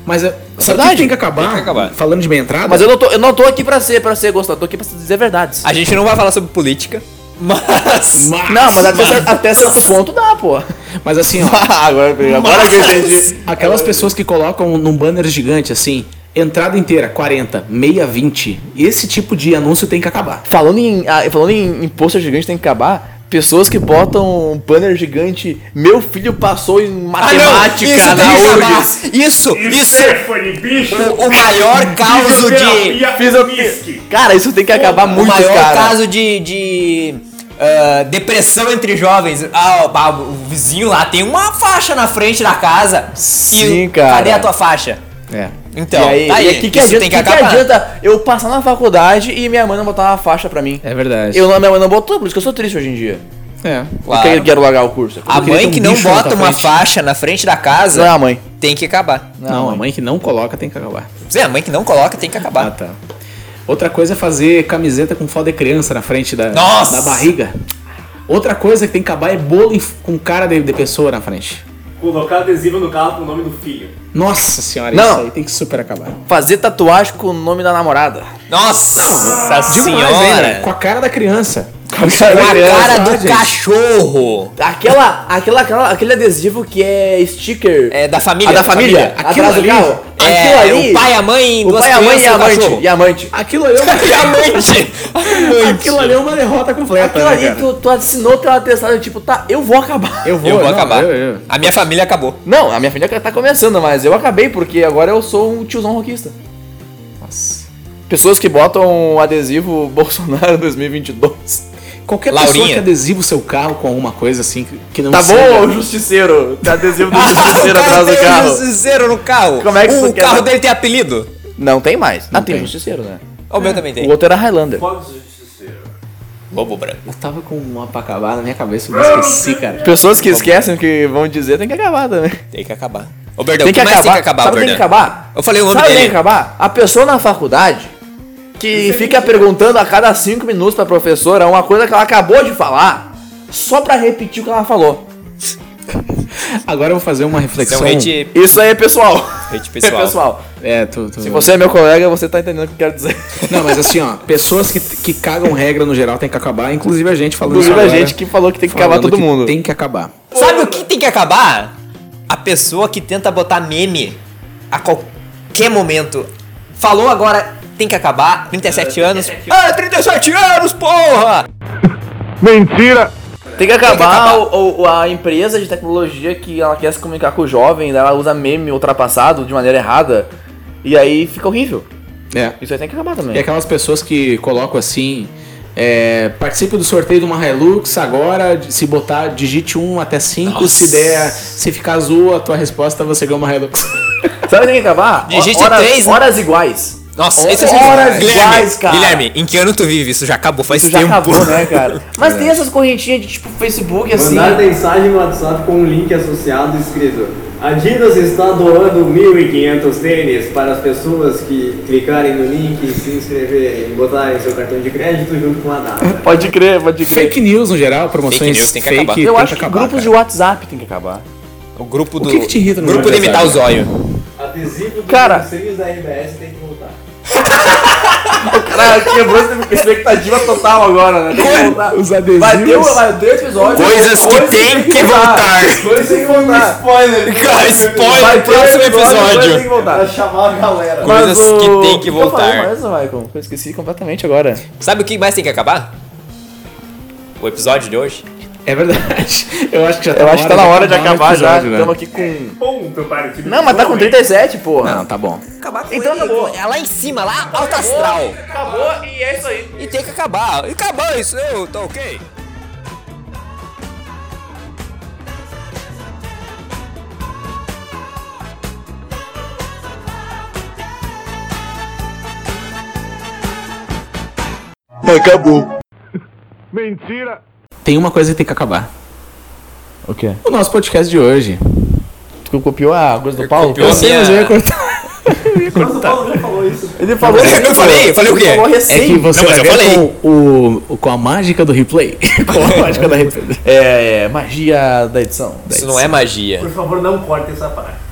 Speaker 2: Mas é, sabe o que
Speaker 1: Verdade.
Speaker 2: que tem que acabar?
Speaker 3: Tem que acabar.
Speaker 2: Falando de meia entrada,
Speaker 1: Mas eu não tô, eu não tô aqui pra ser, pra ser gostoso, eu tô aqui pra dizer verdades.
Speaker 3: A gente não vai falar sobre política, mas.
Speaker 2: Mas-
Speaker 1: não, mas até, cer- até certo ponto dá, pô.
Speaker 2: mas assim, ó,
Speaker 1: agora, agora que eu entendi.
Speaker 2: aquelas pessoas que colocam num banner gigante assim, entrada inteira 40, meia 20. Esse tipo de anúncio tem que acabar.
Speaker 1: Falando em, ah, falando em, em pôster gigante tem que acabar, pessoas que botam um banner gigante, meu filho passou em
Speaker 3: Ah, não,
Speaker 1: matemática
Speaker 3: isso tem que
Speaker 1: na
Speaker 3: acabar.
Speaker 1: URGS.
Speaker 3: Isso, isso é
Speaker 7: Stephanie, bicho.
Speaker 3: o, o maior caso de.
Speaker 7: Fisioterapia
Speaker 1: Fisioterapia. Cara, isso tem que acabar
Speaker 3: O
Speaker 1: muito,
Speaker 3: maior
Speaker 1: cara.
Speaker 3: caso de. de ah, depressão entre jovens. Ah, o- ah, o vizinho lá tem uma faixa na frente da casa. que-
Speaker 1: Sim, cara.
Speaker 3: Cadê a tua faixa?
Speaker 2: É.
Speaker 3: Então,
Speaker 1: e aí,
Speaker 3: tá aí,
Speaker 1: e que, que,
Speaker 3: isso
Speaker 1: adianta,
Speaker 3: tem que,
Speaker 1: que que
Speaker 3: acabar.
Speaker 1: adianta eu passar na faculdade e minha mãe não botar uma faixa pra mim?
Speaker 2: É verdade.
Speaker 1: Eu não, minha mãe não botou, por isso que eu sou triste hoje em dia.
Speaker 2: É.
Speaker 1: Porque eu quero largar o curso.
Speaker 3: A
Speaker 2: queria ter
Speaker 3: mãe
Speaker 2: um
Speaker 3: que não
Speaker 2: bicho na
Speaker 3: bota
Speaker 2: tua
Speaker 3: uma
Speaker 2: frente.
Speaker 3: faixa na frente da
Speaker 1: Não é
Speaker 3: casa
Speaker 1: a mãe.
Speaker 3: tem que acabar.
Speaker 2: Não, a mãe que não coloca tem que acabar.
Speaker 3: Zé, a mãe que não coloca tem que
Speaker 2: Ah,
Speaker 3: acabar.
Speaker 2: tá. Outra coisa é fazer camiseta com foda de criança na frente da,
Speaker 3: Nossa!
Speaker 2: da barriga. Outra coisa que tem que acabar é bolo em- com cara de, de pessoa na frente.
Speaker 7: Colocar adesivo no carro com o nome do filho.
Speaker 2: Nossa senhora,
Speaker 1: Não.
Speaker 2: isso aí tem que super acabar.
Speaker 1: Fazer tatuagem com o nome da namorada.
Speaker 3: Nossa
Speaker 2: Demais, hein,
Speaker 3: senhora!
Speaker 2: né? Com a cara da criança.
Speaker 1: Com a cara
Speaker 3: Com
Speaker 1: da
Speaker 3: a
Speaker 1: é criança. tá,
Speaker 3: cara do
Speaker 2: Ah, gente.
Speaker 3: cachorro!
Speaker 1: Aquela, aquela, aquela- aquele adesivo que é sticker.
Speaker 3: É da família.
Speaker 1: A da família.
Speaker 2: Família.
Speaker 1: Atrás
Speaker 2: Aquilo
Speaker 1: do carro.
Speaker 3: É, o pai, a mãe,
Speaker 1: o
Speaker 3: duas
Speaker 1: pai, a mãe
Speaker 3: crianças
Speaker 1: e
Speaker 3: e
Speaker 1: a
Speaker 3: o cachorro.
Speaker 1: amante. E a amante.
Speaker 2: Aquilo ali é uma,
Speaker 3: E a amante!
Speaker 2: aquilo ali é uma derrota completa.
Speaker 1: Aquilo
Speaker 2: né,
Speaker 1: ali
Speaker 2: cara?
Speaker 1: que tu, tu assinou teu atestado, tipo, tá, eu vou acabar.
Speaker 2: Eu vou,
Speaker 3: Eu vou
Speaker 2: não,
Speaker 3: acabar.
Speaker 2: eu- eu-
Speaker 3: A minha família acabou.
Speaker 1: Não, a minha família tá começando, mas eu acabei porque agora eu sou um tiozão roquista.
Speaker 2: Nossa.
Speaker 1: Pessoas que botam adesivo Bolsonaro 2022.
Speaker 2: Qualquer pessoa
Speaker 3: Laurinha.
Speaker 2: que adesiva o seu carro com alguma coisa assim que- que não
Speaker 1: Tá
Speaker 2: seja-
Speaker 1: bom, ô justiceiro? Tem adesivo do justiceiro
Speaker 3: o cara
Speaker 1: atrás do
Speaker 3: tem
Speaker 1: carro.
Speaker 3: um justiceiro no carro.
Speaker 1: Como é que
Speaker 3: o
Speaker 1: tu quer-
Speaker 3: carro dele tem apelido?
Speaker 1: Não tem mais.
Speaker 2: Não
Speaker 1: ah, tem,
Speaker 2: tem.
Speaker 1: justiceiro, né?
Speaker 3: O
Speaker 2: É.
Speaker 3: meu também tem.
Speaker 1: O outro era Highlander.
Speaker 7: Pode ser justiceiro.
Speaker 3: Lobo branco.
Speaker 2: Eu tava com uma pra acabar na minha cabeça, eu me esqueci, cara.
Speaker 1: Pessoas que esquecem o que vão dizer tem que acabar também.
Speaker 3: Tem que acabar. Ô, Berdão,
Speaker 1: tem que
Speaker 3: o que mais
Speaker 1: acabar.
Speaker 3: tem que acabar,
Speaker 1: Sabe o que tem
Speaker 3: Berdão?
Speaker 1: que acabar?
Speaker 3: Eu falei o nome
Speaker 1: Sabe o que
Speaker 3: dele.
Speaker 1: tem que acabar? A pessoa na faculdade que fica perguntando a cada cinco minutos pra professora uma coisa que ela acabou de falar só pra repetir o que ela falou.
Speaker 2: Agora eu vou fazer uma reflexão.
Speaker 3: Isso é um hate,
Speaker 1: Isso aí é pessoal.
Speaker 3: hate pessoal.
Speaker 1: É pessoal.
Speaker 2: É, tu, tu...
Speaker 1: Se você é meu colega, você tá entendendo o que eu quero dizer.
Speaker 2: Não, mas assim, ó, pessoas que, que cagam regra no geral tem que acabar, inclusive a gente falando
Speaker 1: Inclusive a
Speaker 2: isso agora,
Speaker 1: gente que falou que tem que
Speaker 2: falando
Speaker 1: acabar todo
Speaker 2: que
Speaker 1: mundo.
Speaker 2: Tem que acabar.
Speaker 3: Sabe o que tem que acabar? A pessoa que tenta botar meme a qualquer momento. Falou agora, tem que acabar, 37 anos. Ah, 37 anos, porra!
Speaker 1: Tem que
Speaker 3: Tem que
Speaker 1: acabar,
Speaker 3: acabar.
Speaker 1: o- o- a empresa de tecnologia que ela quer se comunicar com o jovem, daí ela usa meme ultrapassado de maneira errada, e aí fica horrível.
Speaker 2: É.
Speaker 1: Isso aí tem que acabar também.
Speaker 2: E aquelas pessoas que colocam assim. É, participe do sorteio de uma Hilux agora. Se botar, digite 1 até 5. Se der, se ficar azul, a tua resposta você ganha uma Hilux.
Speaker 1: Sabe o que tem que acabar?
Speaker 3: Digite
Speaker 1: Horas-
Speaker 3: É. três, né?
Speaker 1: Horas iguais.
Speaker 3: Nossa,
Speaker 1: Horas
Speaker 3: esse é o
Speaker 1: iguais,
Speaker 3: Guilherme,
Speaker 1: cara.
Speaker 3: Guilherme, em que ano tu vive? Isso já acabou faz
Speaker 1: Isso já
Speaker 3: tempo.
Speaker 1: acabou, né, cara? Mas tem essas correntinhas de tipo Facebook assim.
Speaker 4: Mandar mensagem no WhatsApp com um link associado escrito Adidas está doando 1.500 tênis para as pessoas que clicarem no link e se inscreverem, botarem seu cartão de crédito junto com a data.
Speaker 1: Pode crer, pode crer.
Speaker 2: Fake news no geral, promoções
Speaker 3: Fake news tem que
Speaker 2: fake,
Speaker 3: acabar.
Speaker 1: Eu
Speaker 2: tem
Speaker 1: acho que
Speaker 2: acabar,
Speaker 1: grupos de
Speaker 2: cara.
Speaker 1: WhatsApp tem que acabar.
Speaker 3: O grupo do.
Speaker 2: que que te irrita no
Speaker 3: grupo de
Speaker 2: WhatsApp?
Speaker 3: imitar o zóio.
Speaker 4: Adesivo dos
Speaker 1: Cara.
Speaker 4: conselhos da RBS tem que voltar.
Speaker 1: Cara, quebrou essa expectativa total agora, né? um, Tem que voltar.
Speaker 2: Os adesivos.
Speaker 1: Bateu, bateu o episódio.
Speaker 3: Coisas que tem que voltar.
Speaker 1: Coisas que tem que voltar.
Speaker 4: Spoiler!
Speaker 3: Cara,
Speaker 1: Vai
Speaker 3: spoiler
Speaker 1: ter
Speaker 3: pro próximo
Speaker 1: coisas que tem
Speaker 3: episódio.
Speaker 1: que voltar.
Speaker 4: Pra chamar a galera.
Speaker 1: Mas
Speaker 3: Coisas
Speaker 1: o-
Speaker 3: que tem que
Speaker 1: o eu falei,
Speaker 3: voltar.
Speaker 1: mas, Maicon, eu esqueci completamente agora.
Speaker 3: Sabe o que mais tem que acabar? O episódio de hoje?
Speaker 2: É verdade. Eu acho que já tá
Speaker 1: Eu
Speaker 2: na
Speaker 1: acho que tá na hora de acabar
Speaker 2: episódio,
Speaker 1: já.
Speaker 2: né?
Speaker 1: Estamos aqui com.
Speaker 7: É, Ponto para o time.
Speaker 1: Não, mas tá com 37, porra.
Speaker 2: Não, tá bom.
Speaker 3: Acabar com
Speaker 1: Então
Speaker 3: ele,
Speaker 1: acabou.
Speaker 3: É lá em cima, lá, alto astral.
Speaker 1: Acabou e é isso aí.
Speaker 3: E tem que acabar. E acabou isso, eu tô ok.
Speaker 2: Tem uma coisa que tem que acabar.
Speaker 1: O quê?
Speaker 2: O nosso podcast de hoje.
Speaker 1: Tu copiou a coisa do Paulo?
Speaker 3: copiou. Eu sei, mas eu ia
Speaker 2: cortar.
Speaker 4: Mas o Paulo já falou isso.
Speaker 1: Ele falou. assim,
Speaker 3: Eu não falei, eu falei o quê?
Speaker 1: Ele falou
Speaker 2: É que
Speaker 1: recém.
Speaker 2: você
Speaker 3: Não, mas
Speaker 2: vai
Speaker 3: eu
Speaker 2: ver
Speaker 3: falei.
Speaker 2: Com, o, com a mágica do replay. com a mágica da replay.
Speaker 1: É, é, magia da edição. Da
Speaker 3: Isso
Speaker 1: edição.
Speaker 3: não é magia.
Speaker 7: Por favor, não corte essa parte.